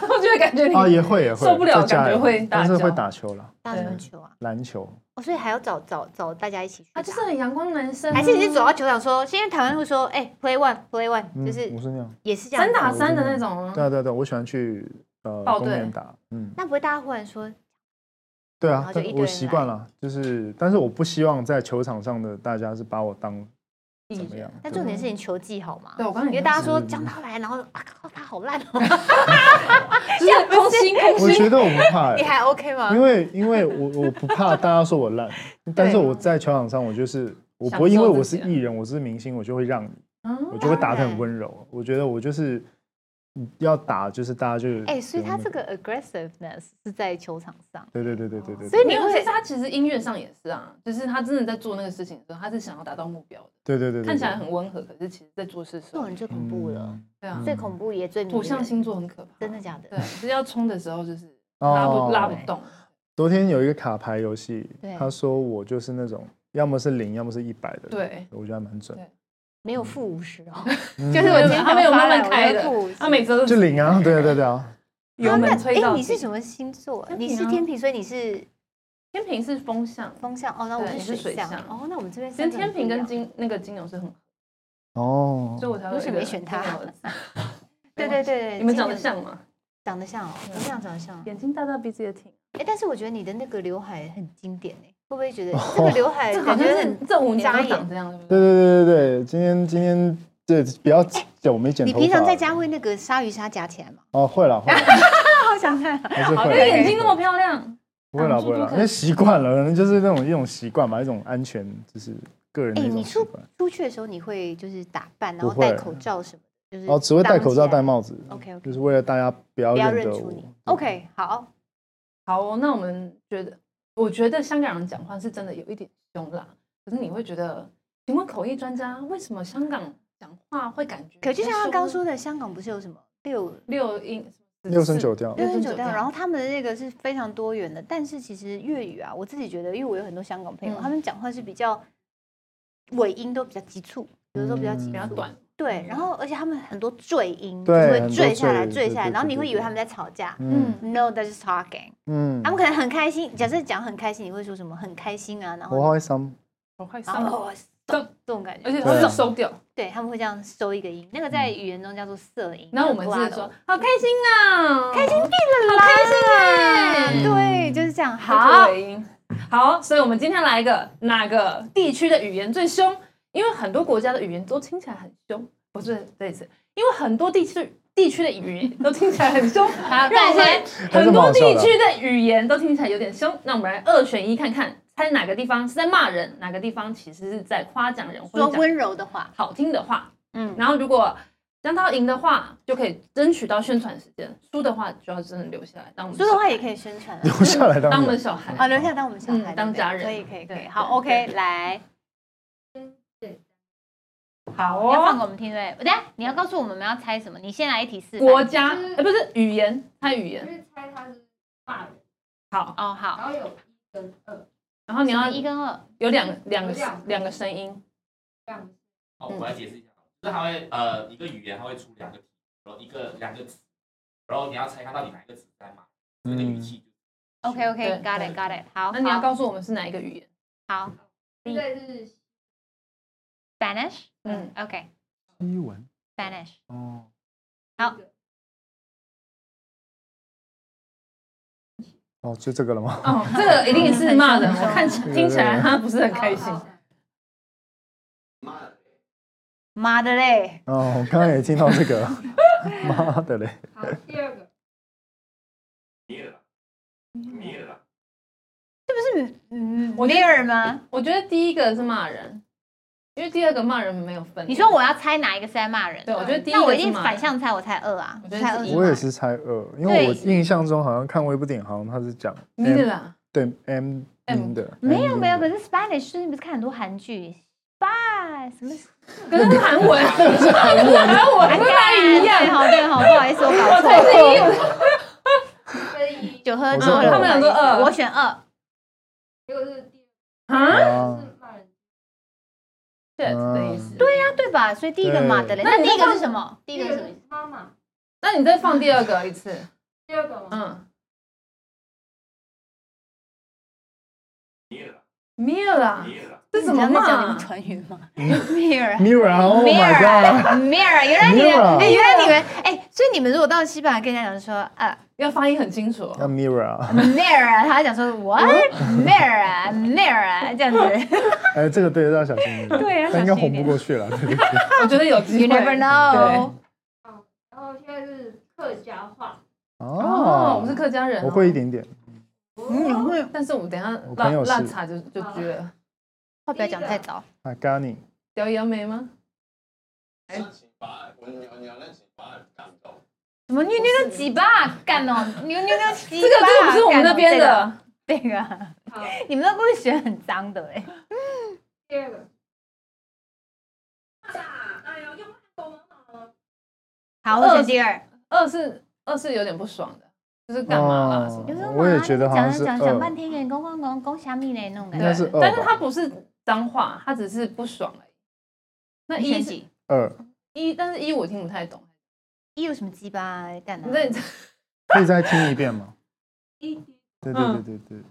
[SPEAKER 5] 我就会感觉你
[SPEAKER 3] 啊，也会也会
[SPEAKER 5] 受不了
[SPEAKER 3] 在家
[SPEAKER 5] 感觉
[SPEAKER 3] 也
[SPEAKER 5] 会大
[SPEAKER 3] 但是
[SPEAKER 5] 叫
[SPEAKER 3] 会打球啦，
[SPEAKER 4] 打什么
[SPEAKER 5] 对
[SPEAKER 4] 球啊？
[SPEAKER 3] 篮球。
[SPEAKER 4] 哦，所以还要找找找大家一起去
[SPEAKER 5] 他
[SPEAKER 4] 打。
[SPEAKER 5] 啊就是很阳光男生啊，
[SPEAKER 4] 还是你是走到球场说，现在台湾会说，哎、p l a y one play one，、
[SPEAKER 3] 嗯
[SPEAKER 4] 就是
[SPEAKER 3] 我是那样。
[SPEAKER 4] 也是这样。
[SPEAKER 5] 三打三的那种啊。
[SPEAKER 3] 对啊对啊对啊，我喜欢去呃
[SPEAKER 5] 报
[SPEAKER 3] 公
[SPEAKER 5] 队
[SPEAKER 3] 园打，嗯，
[SPEAKER 4] 那不会大家忽然说，
[SPEAKER 3] 对
[SPEAKER 4] 然
[SPEAKER 3] 啊
[SPEAKER 4] 后，就
[SPEAKER 3] 但
[SPEAKER 4] 一堆
[SPEAKER 3] 我
[SPEAKER 4] 人
[SPEAKER 3] 习惯了，就是，但是我不希望在球场上的大家是把我当
[SPEAKER 5] 艺
[SPEAKER 3] 怎么样
[SPEAKER 5] 人，
[SPEAKER 4] 但重点是你球技好吗？
[SPEAKER 5] 对我刚才
[SPEAKER 4] 因为大家说
[SPEAKER 3] 是
[SPEAKER 4] 江涛来，然后啊靠，他好烂哦，
[SPEAKER 5] 就是空心
[SPEAKER 3] 我
[SPEAKER 5] 空
[SPEAKER 3] 觉
[SPEAKER 5] 心，
[SPEAKER 3] 得我不怕 欸，
[SPEAKER 4] 你还 OK 吗？
[SPEAKER 3] 因为因为我我不怕大家说我 烂，但是我
[SPEAKER 5] 啊
[SPEAKER 3] 在球场上我就是我不会因为我是艺人，我是明星，我就会让你，我
[SPEAKER 5] 嗯，
[SPEAKER 3] 就会打得很温柔。我觉得我就是嗯要打，就是大家就是
[SPEAKER 4] 哎、所以他这
[SPEAKER 3] 个
[SPEAKER 4] 个 aggressiveness 是在球场上，
[SPEAKER 3] 对对对对对对，
[SPEAKER 4] 所以你
[SPEAKER 5] 没有，其
[SPEAKER 4] 会
[SPEAKER 5] 实他其实音乐上也是啊，就是他真的在做那个事情的时候，他是想要达到目标的，
[SPEAKER 3] 对对对对
[SPEAKER 5] 看起来很温和，可是其实在做事的时
[SPEAKER 4] 这种
[SPEAKER 5] 候，
[SPEAKER 4] 人最恐怖了，
[SPEAKER 5] 对
[SPEAKER 3] 嗯
[SPEAKER 5] 啊，
[SPEAKER 4] 最恐怖也最迷
[SPEAKER 5] 土象
[SPEAKER 4] 人
[SPEAKER 5] 星座很可怕，
[SPEAKER 4] 真的假的？
[SPEAKER 5] 对，就是要冲的时候就是拉不拉不。
[SPEAKER 3] 哦
[SPEAKER 5] 动，
[SPEAKER 3] 昨天有一个卡牌游戏
[SPEAKER 4] 对，
[SPEAKER 3] 他说我就是那种要么是零，要么是一百的，，
[SPEAKER 5] 对。
[SPEAKER 3] 我觉得还蛮准
[SPEAKER 5] 对，
[SPEAKER 4] 没有负五十哦，
[SPEAKER 3] 嗯
[SPEAKER 4] 就是我今天
[SPEAKER 5] 他没有慢慢开的
[SPEAKER 4] 发了我就吐，
[SPEAKER 5] 他每周都
[SPEAKER 3] 就零啊，对啊对啊对 啊，
[SPEAKER 5] 油门吹
[SPEAKER 4] 哎，
[SPEAKER 5] 到
[SPEAKER 4] 你是
[SPEAKER 5] 底。
[SPEAKER 4] 什么星座？
[SPEAKER 5] 天
[SPEAKER 4] 你
[SPEAKER 5] 平
[SPEAKER 4] 是
[SPEAKER 5] 啊
[SPEAKER 4] 天平，所以你是
[SPEAKER 5] 天平是风象，
[SPEAKER 4] 风象哦，那我
[SPEAKER 5] 对你是
[SPEAKER 4] 水
[SPEAKER 5] 水
[SPEAKER 4] 象
[SPEAKER 5] 象
[SPEAKER 4] 哦，那我们这边
[SPEAKER 5] 跟
[SPEAKER 4] 三个
[SPEAKER 5] 天
[SPEAKER 4] 人
[SPEAKER 5] 平
[SPEAKER 4] 不一
[SPEAKER 5] 跟
[SPEAKER 4] 样
[SPEAKER 5] 金那个金牛是很合，
[SPEAKER 3] 哦
[SPEAKER 5] 所以，我才会
[SPEAKER 4] 为什么
[SPEAKER 5] 有一个
[SPEAKER 4] 没选他
[SPEAKER 5] 金 牛儿子
[SPEAKER 4] 对对对对，
[SPEAKER 5] 你们
[SPEAKER 4] 金
[SPEAKER 5] 长
[SPEAKER 4] 牛
[SPEAKER 5] 得像嗯吗？
[SPEAKER 4] 长得像哦，风象长得像。
[SPEAKER 5] 眼睛大大，鼻子也挺。
[SPEAKER 4] 哎，但是我觉得你的那个刘海很经典哎，会不会 觉得这个刘海
[SPEAKER 5] 这好
[SPEAKER 4] 感
[SPEAKER 5] 像
[SPEAKER 4] 觉
[SPEAKER 5] 是
[SPEAKER 4] 很？
[SPEAKER 5] 这五年
[SPEAKER 4] 扎
[SPEAKER 5] 都
[SPEAKER 4] 眼
[SPEAKER 5] 长这样，对不
[SPEAKER 3] 对
[SPEAKER 5] 对？
[SPEAKER 3] 对对对对，今天今天对比较久没剪
[SPEAKER 4] 你
[SPEAKER 3] 头发，
[SPEAKER 4] 平常在家会那个鲨鱼鲨夹起来吗？
[SPEAKER 3] 哦会了会了，
[SPEAKER 4] 好想看，
[SPEAKER 3] 还是会
[SPEAKER 5] 那
[SPEAKER 3] 啦
[SPEAKER 5] 个眼睛那么漂亮，
[SPEAKER 3] 不会啦，不会啦，因为习惯了，可能就是那种一种习惯吧，一种安全，就是个人的
[SPEAKER 4] 哎，
[SPEAKER 3] 一种
[SPEAKER 4] 你
[SPEAKER 3] 习
[SPEAKER 4] 出
[SPEAKER 3] 惯。
[SPEAKER 4] 出去的时候你会就是打扮，然
[SPEAKER 3] 不
[SPEAKER 4] 后戴
[SPEAKER 3] 会
[SPEAKER 4] 口罩什么的，就是
[SPEAKER 3] 哦，只会戴口罩、
[SPEAKER 4] 挡起来
[SPEAKER 3] 戴帽子
[SPEAKER 4] OK，OK
[SPEAKER 3] 就是为了大家不要
[SPEAKER 4] 不要
[SPEAKER 3] 认
[SPEAKER 4] 认
[SPEAKER 3] 得
[SPEAKER 4] 出
[SPEAKER 3] 我
[SPEAKER 4] 你。。OK，好，
[SPEAKER 5] 好哦，那我们觉得我觉得香港人讲话是真的有一点凶辣，可是你会觉得，请问口译专家，为什么香港讲话会感觉？
[SPEAKER 4] 可就像他刚说的，香港不是有什么六
[SPEAKER 5] 六音
[SPEAKER 3] 六声九啊调，
[SPEAKER 4] 六
[SPEAKER 5] 六
[SPEAKER 4] 声
[SPEAKER 5] 声
[SPEAKER 4] 九
[SPEAKER 5] 九
[SPEAKER 4] 调，
[SPEAKER 5] 调
[SPEAKER 4] 然后他们的那个是非常多元的，但是其实粤语啊，我自己觉得，因为我有很多香港朋友，
[SPEAKER 5] 嗯
[SPEAKER 4] 他们讲话是比较尾音都比较急促，有的时候比较急
[SPEAKER 5] 比较
[SPEAKER 4] 促，
[SPEAKER 5] 短，
[SPEAKER 4] 对，然后而且他们很多坠音，就
[SPEAKER 3] 嗯对
[SPEAKER 4] 会
[SPEAKER 3] 很多
[SPEAKER 4] 坠下来、
[SPEAKER 3] 坠
[SPEAKER 4] 坠下来，
[SPEAKER 3] 对对
[SPEAKER 4] 然后你
[SPEAKER 3] 对
[SPEAKER 4] 会
[SPEAKER 3] 对
[SPEAKER 4] 以为他们在吵架。
[SPEAKER 3] 嗯
[SPEAKER 4] No, they're just talking。
[SPEAKER 3] 嗯
[SPEAKER 4] 他，们可能很开心，假设讲很开心，你会说什么？很开心啊，然
[SPEAKER 3] 我
[SPEAKER 4] 后
[SPEAKER 3] 开心，
[SPEAKER 5] 我快
[SPEAKER 4] 然
[SPEAKER 5] 上
[SPEAKER 4] 后
[SPEAKER 5] 了，
[SPEAKER 4] 哦这种感觉，
[SPEAKER 5] 而且
[SPEAKER 3] 对啊
[SPEAKER 5] 是收掉。
[SPEAKER 4] 对他们会这样收一个音，那个在语言中叫做色音。
[SPEAKER 5] 然后我们
[SPEAKER 4] 是
[SPEAKER 5] 是说好开心啊，开心
[SPEAKER 4] 开心啊，对，就是这样。好，
[SPEAKER 5] 好，所以我们今天来一个哪个地区的语言最凶？因为很多国家的语言都听起来很凶，不是这一次，因为很多地区地区的语言都听起来很凶，啊让我们来
[SPEAKER 3] 还是
[SPEAKER 5] 很
[SPEAKER 3] 蛮好
[SPEAKER 5] 多
[SPEAKER 3] 笑的
[SPEAKER 5] 地区的语言都听起来有点凶。那我们来二选一看看，猜哪个地方是在骂人，哪个地方其实是在夸奖人或
[SPEAKER 4] 说
[SPEAKER 5] 者讲
[SPEAKER 4] 温柔的话，
[SPEAKER 5] 好听的话。
[SPEAKER 4] 嗯，
[SPEAKER 5] 然后如果江涛赢的话，就可以争取到宣传时间；输的话，就要真的留下来当我们
[SPEAKER 4] 说的话
[SPEAKER 5] 小
[SPEAKER 4] 也
[SPEAKER 5] 孩
[SPEAKER 4] 可以宣 传啊。
[SPEAKER 3] 留下来当
[SPEAKER 5] 当我 们
[SPEAKER 3] 人
[SPEAKER 5] 小孩。
[SPEAKER 4] 啊，留下当我们小
[SPEAKER 5] 嗯
[SPEAKER 4] 孩，
[SPEAKER 5] 当
[SPEAKER 4] 对
[SPEAKER 5] 家
[SPEAKER 4] 可以
[SPEAKER 5] 人
[SPEAKER 4] 可以可
[SPEAKER 5] 对
[SPEAKER 4] 以。好
[SPEAKER 5] 对对
[SPEAKER 4] ，OK，来，
[SPEAKER 5] 好
[SPEAKER 4] 你要放给
[SPEAKER 5] 哦，
[SPEAKER 4] 我们听对不对？等一下你要告诉我们我们要猜什么？你先来一题示范。
[SPEAKER 5] 国家哎，不是语言，猜语
[SPEAKER 6] 就
[SPEAKER 5] 言。
[SPEAKER 6] 是猜他是骂人，
[SPEAKER 5] 好，
[SPEAKER 4] 哦，好，
[SPEAKER 6] 然后有一呃跟二
[SPEAKER 5] 然后你要
[SPEAKER 4] 一跟二，
[SPEAKER 5] 有两个两个
[SPEAKER 6] 有两个
[SPEAKER 5] 两个声音，
[SPEAKER 6] 这样子。
[SPEAKER 7] 好，我来解释一下，就是它会呃一个语言它会出两个题，然后一个两个词，然后你要猜它到底哪一个词在骂，那个语气。
[SPEAKER 4] OK OK
[SPEAKER 5] 对
[SPEAKER 4] got
[SPEAKER 5] 对
[SPEAKER 4] it got it 好，
[SPEAKER 5] 那你要
[SPEAKER 4] 好
[SPEAKER 5] 告诉我们是哪一个语 言？
[SPEAKER 4] 好
[SPEAKER 6] 现在是
[SPEAKER 4] Spanish 嗯
[SPEAKER 5] 嗯
[SPEAKER 4] OK
[SPEAKER 3] 西文
[SPEAKER 4] Spanish
[SPEAKER 3] 哦，
[SPEAKER 4] 好
[SPEAKER 3] 哦，就这个了吗？
[SPEAKER 5] 哦，这个一定是骂人，
[SPEAKER 4] 很凶
[SPEAKER 5] 我看起听起来他不是很
[SPEAKER 6] 好
[SPEAKER 5] 开心。
[SPEAKER 6] 好
[SPEAKER 4] 妈的嘞
[SPEAKER 3] 哦，我刚刚也听到这个，妈的嘞，
[SPEAKER 6] 好，第二个
[SPEAKER 7] 灭了，灭了。
[SPEAKER 4] 嗯
[SPEAKER 5] 我觉得
[SPEAKER 4] mirror 吗？
[SPEAKER 5] 我觉得第一个是骂人，因为第二个骂人没有分。
[SPEAKER 4] 你说我要猜哪一个是在骂人？啊
[SPEAKER 5] 对，我觉得第一个
[SPEAKER 4] 那我一
[SPEAKER 5] 是
[SPEAKER 4] 定
[SPEAKER 5] 骂
[SPEAKER 4] 反
[SPEAKER 5] 人
[SPEAKER 4] 向猜，我猜二啊，
[SPEAKER 5] 我觉得
[SPEAKER 4] 猜
[SPEAKER 5] 是
[SPEAKER 4] 二
[SPEAKER 5] 一
[SPEAKER 4] 是
[SPEAKER 5] 嘛
[SPEAKER 3] 我也
[SPEAKER 4] 骂
[SPEAKER 3] 是猜二，因为我
[SPEAKER 4] 对
[SPEAKER 3] 印象中好像看过一部电影，好像他是讲
[SPEAKER 5] 你的
[SPEAKER 3] M-
[SPEAKER 5] 啦，
[SPEAKER 3] 对 M 音的，
[SPEAKER 4] 嗯没
[SPEAKER 8] 哎
[SPEAKER 4] 有没有，可
[SPEAKER 3] 是
[SPEAKER 4] 是 Spanish 最近不是看很多韩剧，Spy 什么
[SPEAKER 5] 可是是 韩文，韩文韩文跟他一
[SPEAKER 4] 对
[SPEAKER 5] 样。
[SPEAKER 4] 好哎对好，不好意思，我搞
[SPEAKER 5] 我
[SPEAKER 4] 错
[SPEAKER 5] 才是
[SPEAKER 4] 了，
[SPEAKER 5] 一，我
[SPEAKER 6] 跟一，
[SPEAKER 4] 酒喝
[SPEAKER 3] 我
[SPEAKER 4] 多
[SPEAKER 3] 是
[SPEAKER 4] 了，
[SPEAKER 3] 二他们
[SPEAKER 5] 两个二
[SPEAKER 4] 我选二，
[SPEAKER 6] 结果是第
[SPEAKER 5] 啊
[SPEAKER 6] 二
[SPEAKER 3] 啊
[SPEAKER 6] 个是骂人，
[SPEAKER 5] ，shit 的意思。对呀，
[SPEAKER 4] 对吧？所以第一个
[SPEAKER 3] 对
[SPEAKER 4] 马德嘞，
[SPEAKER 5] 那
[SPEAKER 4] 那
[SPEAKER 5] 你
[SPEAKER 4] 第
[SPEAKER 5] 再
[SPEAKER 4] 一个
[SPEAKER 5] 放
[SPEAKER 4] 是什么？第
[SPEAKER 6] 第
[SPEAKER 4] 一个
[SPEAKER 6] 一
[SPEAKER 4] 是
[SPEAKER 6] 个
[SPEAKER 4] 什么
[SPEAKER 6] 是？妈妈，
[SPEAKER 5] 那你再放第二个一次。
[SPEAKER 6] 第二个
[SPEAKER 2] 啊
[SPEAKER 6] 嘛，
[SPEAKER 5] 嗯，
[SPEAKER 4] 嗯
[SPEAKER 5] 灭了，灭了，这怎么
[SPEAKER 4] 你知道那叫
[SPEAKER 5] 骂啊
[SPEAKER 4] 林？传云吗？Mirror。
[SPEAKER 3] Mirror，Oh Oh my God，
[SPEAKER 4] Mirror，Mirror，原来你们，
[SPEAKER 3] Mirror
[SPEAKER 4] 哎，原来你们，哎，所以你们如果到西班牙跟人家讲说，呃
[SPEAKER 5] 要发音很清楚哦。
[SPEAKER 3] 那 Mirror，啊
[SPEAKER 4] ，Mirror，他会讲说 What？Mirror，Mirror，这样子
[SPEAKER 3] 哎，这个对要小心一点，
[SPEAKER 4] 对要啊
[SPEAKER 3] 他应该
[SPEAKER 4] 小心一
[SPEAKER 3] 哄
[SPEAKER 4] 点
[SPEAKER 3] 不过去了，对对对
[SPEAKER 5] 我觉得有机
[SPEAKER 4] ，You
[SPEAKER 5] 会。
[SPEAKER 4] never know。
[SPEAKER 6] 然后现在是客家话，
[SPEAKER 5] 哦，我是客家人哦，
[SPEAKER 3] 啊我会一点点，
[SPEAKER 4] 嗯，你会
[SPEAKER 5] 但是我们等一下
[SPEAKER 3] 我
[SPEAKER 5] 辣
[SPEAKER 3] 朋友是
[SPEAKER 5] 辣茶就就绝了。
[SPEAKER 4] 话不要讲太早。
[SPEAKER 3] 啊 g a n i
[SPEAKER 5] 屌杨梅吗？
[SPEAKER 4] 什么妞妞妞几巴干哦，妞妞妞几
[SPEAKER 5] 这个这个不是我们那边的，
[SPEAKER 4] 哦这个，
[SPEAKER 6] 好，
[SPEAKER 4] 你们都不会学很脏的哎。
[SPEAKER 6] 第二个。啊哎呦用汉文好了
[SPEAKER 4] 好，我选第二。
[SPEAKER 5] 二是二是有点不爽的，就是干嘛啦什么
[SPEAKER 3] 哦
[SPEAKER 5] 的。
[SPEAKER 4] 啊有时候
[SPEAKER 3] 我也觉得好像是
[SPEAKER 4] 讲讲讲
[SPEAKER 3] 二
[SPEAKER 4] 半天，给你公公公公虾米嘞那种感
[SPEAKER 3] 应该
[SPEAKER 4] 觉。
[SPEAKER 3] 是
[SPEAKER 5] 对但是
[SPEAKER 3] 二吧
[SPEAKER 5] 他不是脏话，他只是不爽而已。那
[SPEAKER 4] 你
[SPEAKER 5] 一
[SPEAKER 4] 选
[SPEAKER 5] 是
[SPEAKER 4] 几？
[SPEAKER 3] 二，
[SPEAKER 5] 一，但是一我听不太懂。
[SPEAKER 4] 一有什么鸡巴干啊？
[SPEAKER 5] 那
[SPEAKER 3] 可以再听一遍吗？
[SPEAKER 6] 一
[SPEAKER 3] 对对对
[SPEAKER 5] 嗯
[SPEAKER 3] 对对。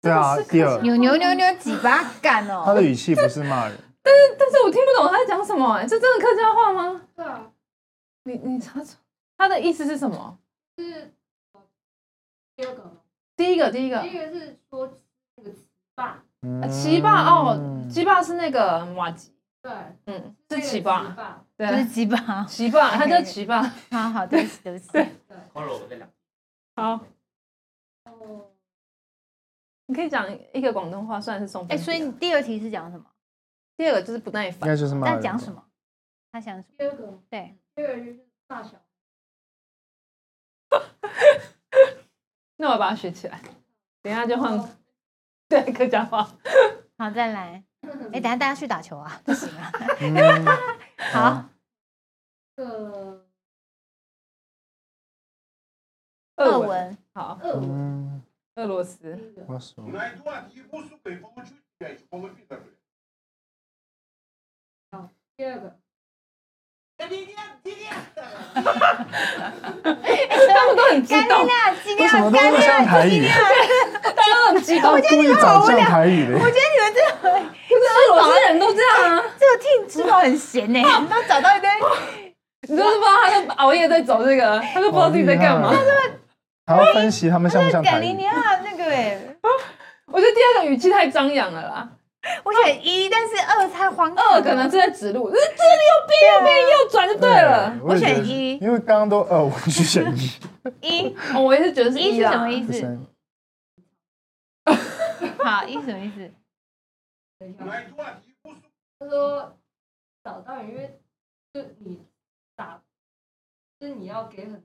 [SPEAKER 3] 对啊，第二，
[SPEAKER 4] 扭扭扭扭几巴干
[SPEAKER 3] 他
[SPEAKER 4] 哦。
[SPEAKER 3] 的语气不是 骂人，
[SPEAKER 5] 但是我听不懂他在讲什么、哎，这真的客家话吗？
[SPEAKER 6] 对啊，
[SPEAKER 5] 你你查查他的意思是什么？
[SPEAKER 6] 是第二个嘛，
[SPEAKER 5] 第一个第一个
[SPEAKER 6] 第一个是说那个词吧，
[SPEAKER 3] 嗯
[SPEAKER 5] 七霸哦，七霸是那个马吉，
[SPEAKER 6] 对，
[SPEAKER 5] 嗯，
[SPEAKER 6] 那
[SPEAKER 5] 是
[SPEAKER 6] 个
[SPEAKER 5] 七
[SPEAKER 6] 词
[SPEAKER 5] 霸，
[SPEAKER 6] 霸，
[SPEAKER 4] 不是
[SPEAKER 5] 对，
[SPEAKER 4] 鸡巴，
[SPEAKER 5] 七霸，他叫七霸。
[SPEAKER 4] 好好，对不起，对不起。
[SPEAKER 7] 后来我在两，
[SPEAKER 5] 好，
[SPEAKER 6] 哦，
[SPEAKER 5] 你可以讲一个广东话，算是送分
[SPEAKER 4] 哎，
[SPEAKER 5] 题啊。
[SPEAKER 4] 所以你第二题是讲什么？
[SPEAKER 5] 第二个就是不耐
[SPEAKER 3] 应
[SPEAKER 5] 烦，
[SPEAKER 3] 该就是骂人
[SPEAKER 4] 那
[SPEAKER 3] 吧。
[SPEAKER 4] 讲什么？他想什么？
[SPEAKER 6] 第二个，
[SPEAKER 4] 对，
[SPEAKER 6] 第二个就是大小，
[SPEAKER 5] 那我把它学起来，等一下就换
[SPEAKER 4] 哦
[SPEAKER 5] 对客家话。
[SPEAKER 4] 好，再来。
[SPEAKER 8] 嗯
[SPEAKER 4] 哎，等一下大家去打球啊，不行啊。
[SPEAKER 3] 嗯，
[SPEAKER 4] 好，
[SPEAKER 6] 个
[SPEAKER 4] 二文，
[SPEAKER 5] 好，
[SPEAKER 6] 二文
[SPEAKER 3] 嗯，
[SPEAKER 5] 俄罗斯
[SPEAKER 3] 我手
[SPEAKER 6] 第二个
[SPEAKER 4] 哎
[SPEAKER 5] 他们都很激
[SPEAKER 4] 干
[SPEAKER 5] 动
[SPEAKER 4] 你，俩，今
[SPEAKER 3] 为
[SPEAKER 4] 天
[SPEAKER 3] 什么
[SPEAKER 4] 干
[SPEAKER 3] 都那
[SPEAKER 4] 你
[SPEAKER 3] 么像台语？
[SPEAKER 5] 大家都很 激动。
[SPEAKER 3] 他故意找像台语的。
[SPEAKER 5] 俄罗斯人都这样啊，
[SPEAKER 4] 这个听知道很闲呢，他哦找到一堆，
[SPEAKER 5] 你就是不知道他在熬夜在走这个，他都不知道自己在干嘛
[SPEAKER 3] 好。哦厉害还要分析他们像不像
[SPEAKER 4] 干
[SPEAKER 3] 台
[SPEAKER 4] 你
[SPEAKER 3] 语？
[SPEAKER 4] 俩那个哎，
[SPEAKER 5] 我觉得第二个语气太张扬了啦，
[SPEAKER 4] 我选一，但是二太荒唐了，
[SPEAKER 5] 啊二可能是在指路，这这里右边右边右转就对了。
[SPEAKER 3] 我也觉得
[SPEAKER 4] 我选一
[SPEAKER 3] 因为刚刚都二，我去选一。
[SPEAKER 4] 一，
[SPEAKER 5] 哦我也是 觉得是啊
[SPEAKER 4] 一
[SPEAKER 5] 一
[SPEAKER 4] 是
[SPEAKER 5] 啦
[SPEAKER 4] 什么意
[SPEAKER 3] 不
[SPEAKER 4] 思？
[SPEAKER 3] 是
[SPEAKER 4] 好，一是什么意思？
[SPEAKER 7] 嗯
[SPEAKER 6] 他说找到人，因为就你打，就是你要给很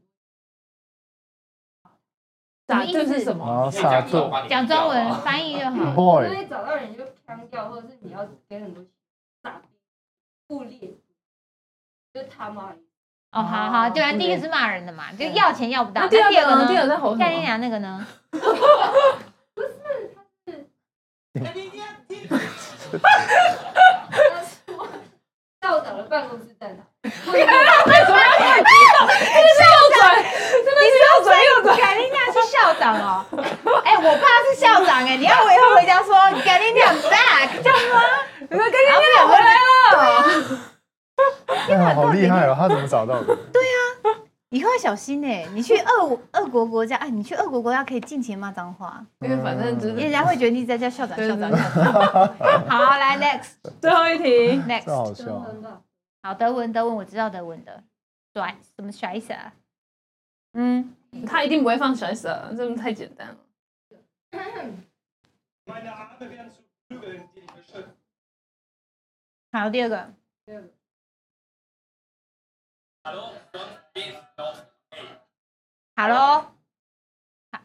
[SPEAKER 5] 打就是什么？
[SPEAKER 3] 啊，傻子
[SPEAKER 4] 讲中文翻译就好。
[SPEAKER 6] 多，
[SPEAKER 3] boy
[SPEAKER 6] 因。为找到人就腔调，或者是你要给很多傻逼、互列，就他妈的
[SPEAKER 4] 哦，好好，对啊，第一个是骂人的嘛，就要钱要不
[SPEAKER 8] 啊
[SPEAKER 4] 到。
[SPEAKER 5] 那第二
[SPEAKER 4] 那
[SPEAKER 5] 个呢？第二个
[SPEAKER 4] 呢？
[SPEAKER 5] 在吼什
[SPEAKER 4] 嗯干你
[SPEAKER 5] 么？
[SPEAKER 4] 俩那个呢？
[SPEAKER 6] 校长的办公室在哪？
[SPEAKER 5] 右转右转，
[SPEAKER 4] 干你俩是校长哦。 哎，我爸是校长哎，你要我以后回家说干你俩 back，这样 吗？
[SPEAKER 5] 你说跟你俩回来了。
[SPEAKER 3] 哎，好厉害哦！他怎么找到的？
[SPEAKER 4] 以后要小心哎，你去俄俄国国家，哎，你去俄国国家可以尽情骂脏话，
[SPEAKER 5] 因为嗯反正就是
[SPEAKER 4] 人家会觉得你在叫校长
[SPEAKER 5] 对
[SPEAKER 4] 校
[SPEAKER 5] 对
[SPEAKER 4] 长。
[SPEAKER 5] 对
[SPEAKER 4] 校长好，来 next
[SPEAKER 5] 最后一题，
[SPEAKER 3] 这
[SPEAKER 4] next，
[SPEAKER 3] 好
[SPEAKER 6] 真
[SPEAKER 3] 笑。
[SPEAKER 6] 很好。
[SPEAKER 4] 好，德文德文我知道德文的，甩什么甩一下？嗯，
[SPEAKER 5] 他一定不会放甩手，啊这太简单了。
[SPEAKER 4] 好，第二个。Hello，好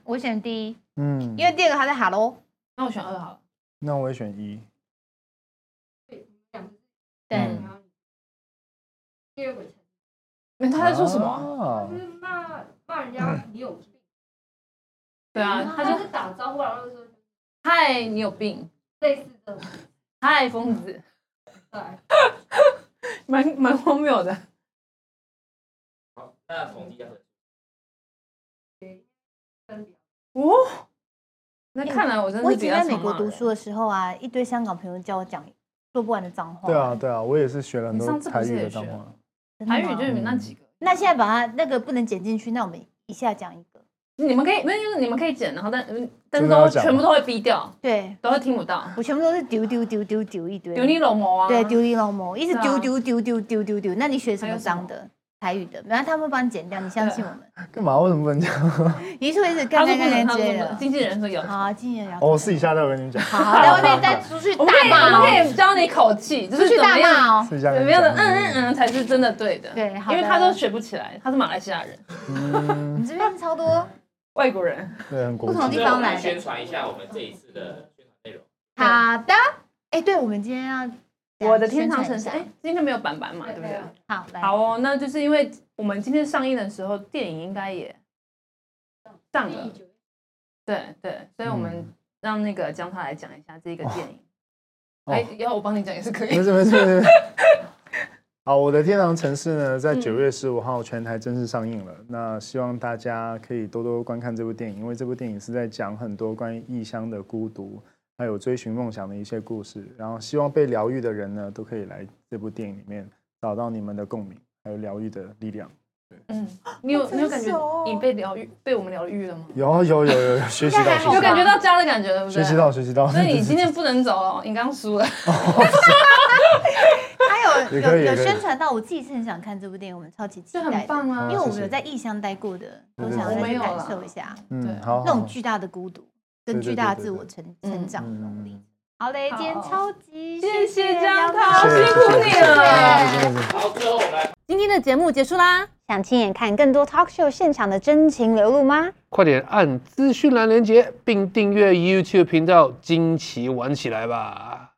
[SPEAKER 4] 我选第一，
[SPEAKER 3] 嗯，
[SPEAKER 4] 因为第二个他在 Hello，
[SPEAKER 5] 那我选二好了。
[SPEAKER 3] 那我也选一。
[SPEAKER 4] 对，
[SPEAKER 3] 嗯
[SPEAKER 6] 第二个才
[SPEAKER 5] 那他在说什么？
[SPEAKER 3] 啊
[SPEAKER 6] 就是骂骂人家你有病，
[SPEAKER 5] 对啊，他
[SPEAKER 6] 他
[SPEAKER 5] 就
[SPEAKER 6] 就打招呼，然后就说
[SPEAKER 5] 嗨，你有病，
[SPEAKER 6] 类似这种，
[SPEAKER 5] 嗨，疯子，
[SPEAKER 6] 对。
[SPEAKER 5] 蛮蛮荒谬的。
[SPEAKER 7] 好，那统计一下
[SPEAKER 5] 哦，那看来我真的
[SPEAKER 4] 我以
[SPEAKER 5] 是比
[SPEAKER 4] 前
[SPEAKER 5] 较
[SPEAKER 4] 在
[SPEAKER 5] 常
[SPEAKER 4] 美国
[SPEAKER 5] 骂
[SPEAKER 4] 读
[SPEAKER 5] 人
[SPEAKER 4] 书的时候啊，一堆香港朋友叫我讲说不完的脏话。
[SPEAKER 3] 对啊，，对啊，我也是学了很
[SPEAKER 5] 你
[SPEAKER 3] 多
[SPEAKER 5] 上次不
[SPEAKER 3] 台
[SPEAKER 5] 是
[SPEAKER 3] 语
[SPEAKER 5] 也
[SPEAKER 3] 的脏
[SPEAKER 5] 学
[SPEAKER 3] 话。
[SPEAKER 5] 韩语就是你们那几个，
[SPEAKER 4] 那现在把它那个不能剪进去，那我们一下讲一个。
[SPEAKER 5] 你们可以，那就是你们可以剪，然后但嗯但是
[SPEAKER 3] 真的要
[SPEAKER 5] 都
[SPEAKER 3] 讲
[SPEAKER 5] 全部都会逼掉，
[SPEAKER 4] 对
[SPEAKER 5] 都会听不到。
[SPEAKER 4] 我全部都是丢丢丢丢丢一堆，
[SPEAKER 5] 丢你老母啊！
[SPEAKER 4] 嗯对丢你老母，一直
[SPEAKER 5] 是啊
[SPEAKER 4] 丢丢丢丢丢丢丢。那你学什
[SPEAKER 5] 还
[SPEAKER 4] 么
[SPEAKER 5] 有什么
[SPEAKER 4] 脏的台语的？然
[SPEAKER 5] 啊
[SPEAKER 4] 后他们会帮你剪掉，你相信我们？
[SPEAKER 3] 干嘛？为什么不能讲？
[SPEAKER 4] 你说一
[SPEAKER 5] 他
[SPEAKER 4] 直干
[SPEAKER 5] 说
[SPEAKER 4] 干
[SPEAKER 5] 不能，
[SPEAKER 4] 干
[SPEAKER 5] 他说
[SPEAKER 4] 干之类
[SPEAKER 5] 不能，
[SPEAKER 4] 的。
[SPEAKER 5] 经纪人说有。
[SPEAKER 4] 好，今年聊
[SPEAKER 3] 哦，我私底下再跟你们讲。
[SPEAKER 4] 好，在外面再出去
[SPEAKER 5] 我们
[SPEAKER 4] 大
[SPEAKER 5] 可以，我
[SPEAKER 4] 骂
[SPEAKER 5] 们
[SPEAKER 4] 哦，
[SPEAKER 5] 可以教你口气，就
[SPEAKER 4] 出
[SPEAKER 5] 是
[SPEAKER 4] 去
[SPEAKER 5] 怎
[SPEAKER 4] 大
[SPEAKER 5] 么样，
[SPEAKER 4] 骂哦。
[SPEAKER 3] 私底下
[SPEAKER 5] 怎
[SPEAKER 3] 跟你
[SPEAKER 5] 么
[SPEAKER 3] 们
[SPEAKER 5] 样
[SPEAKER 3] 讲
[SPEAKER 5] 的，嗯嗯嗯，才是真的对的。
[SPEAKER 4] 对好
[SPEAKER 5] 因
[SPEAKER 4] 的
[SPEAKER 5] 为他都学不起来，他是马来西亚人，
[SPEAKER 3] 嗯，
[SPEAKER 4] 你这边超多
[SPEAKER 5] 外国人。
[SPEAKER 3] 对，很国
[SPEAKER 4] 不
[SPEAKER 3] 际
[SPEAKER 4] 同地方来的
[SPEAKER 7] 宣。传一下我们这一次的宣传内容。
[SPEAKER 4] 好的，哎，对，我们今天要
[SPEAKER 5] 我的天堂
[SPEAKER 4] 宣
[SPEAKER 5] 城市，
[SPEAKER 4] 传一下
[SPEAKER 5] 哎，今天没有板板嘛，对不对？
[SPEAKER 4] 好，来，
[SPEAKER 5] 好哦，那就是因为我们今天上映的时候，电影应该也上了，对对，所以我们
[SPEAKER 3] 嗯
[SPEAKER 5] 让那个江涛来讲一下这个电影。
[SPEAKER 3] 哦
[SPEAKER 5] 哎、要我帮你讲也是可以
[SPEAKER 3] 没。事没事没事。 好，我的天堂城市呢，在九月十五号全台正式上映了。那希望大家可以多多观看这部电影，因为这部电影是在讲很多关于异乡的孤独，还有追寻梦想的一些故事。然后希望被疗愈的人呢，都可以来这部电影里面找到你们的共鸣，还有疗愈的力量。
[SPEAKER 5] 嗯，你有你有感觉
[SPEAKER 4] 成熟哦
[SPEAKER 5] 你被疗愈，被我们疗愈了吗？
[SPEAKER 3] 有有有有有，学习到学
[SPEAKER 5] 有
[SPEAKER 3] 习
[SPEAKER 5] 感
[SPEAKER 3] 到
[SPEAKER 5] 觉到家的感觉，对不对？
[SPEAKER 3] 学习。到学习到，
[SPEAKER 5] 所以你 今天不能走了，你刚 输了。
[SPEAKER 4] 还有
[SPEAKER 3] 也可
[SPEAKER 4] 有
[SPEAKER 3] 以
[SPEAKER 4] 有
[SPEAKER 3] 也可以
[SPEAKER 4] 宣传到，我自己是很想看这部电影，我们超级期
[SPEAKER 5] 就
[SPEAKER 4] 待
[SPEAKER 5] 很
[SPEAKER 4] 的，
[SPEAKER 5] 棒啊
[SPEAKER 4] 因为我们有在异乡待过的，
[SPEAKER 3] 对
[SPEAKER 4] 都
[SPEAKER 3] 对
[SPEAKER 4] 想
[SPEAKER 3] 对
[SPEAKER 4] 要
[SPEAKER 3] 我
[SPEAKER 4] 去
[SPEAKER 5] 没有
[SPEAKER 4] 感
[SPEAKER 5] 啦
[SPEAKER 4] 受一下
[SPEAKER 3] 嗯
[SPEAKER 5] 对
[SPEAKER 3] 好好
[SPEAKER 4] 那种
[SPEAKER 3] 好
[SPEAKER 4] 巨大的孤独
[SPEAKER 3] 对
[SPEAKER 4] 跟
[SPEAKER 3] 对
[SPEAKER 4] 巨
[SPEAKER 3] 对
[SPEAKER 4] 大的
[SPEAKER 3] 对
[SPEAKER 4] 自
[SPEAKER 3] 对
[SPEAKER 4] 我成
[SPEAKER 5] 嗯
[SPEAKER 4] 成长的能力。好嘞，
[SPEAKER 5] 好
[SPEAKER 4] 今天超级
[SPEAKER 5] 谢谢
[SPEAKER 4] 江
[SPEAKER 5] 江涛，
[SPEAKER 3] 谢
[SPEAKER 5] 辛
[SPEAKER 3] 谢
[SPEAKER 5] 苦你了。
[SPEAKER 3] 谢谢谢谢
[SPEAKER 7] 好，最后我们来
[SPEAKER 2] 今天的节目结束啦，
[SPEAKER 8] 想亲眼看更多 talk show 现场的真情流露吗？
[SPEAKER 1] 快点按资讯栏连接，并订阅 YouTube 频道“惊奇玩起来”吧。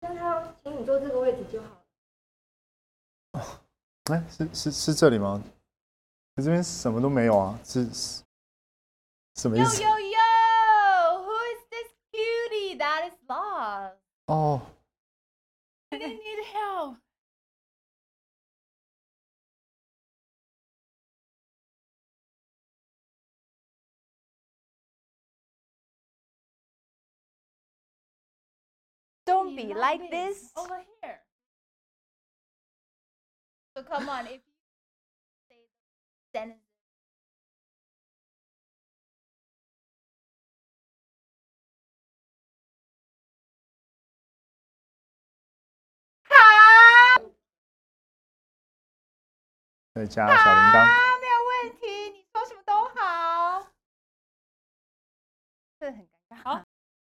[SPEAKER 8] 但他要请你坐这个位置就好了。
[SPEAKER 3] 哎，是是是这里吗？可这边什么都没有啊，是是什么
[SPEAKER 4] Yo,
[SPEAKER 3] 意思？
[SPEAKER 4] yo, yo! Who is this cutie that is lost?
[SPEAKER 3] 哦，
[SPEAKER 4] I need help.
[SPEAKER 8] 你
[SPEAKER 4] Don't be
[SPEAKER 8] like
[SPEAKER 4] like this.
[SPEAKER 8] Over here.
[SPEAKER 4] So come on, if you say the sentence. Ah!
[SPEAKER 3] 再加小铃铛，
[SPEAKER 4] 啊没有问题，你说什么都好。这很尴尬。
[SPEAKER 9] 好，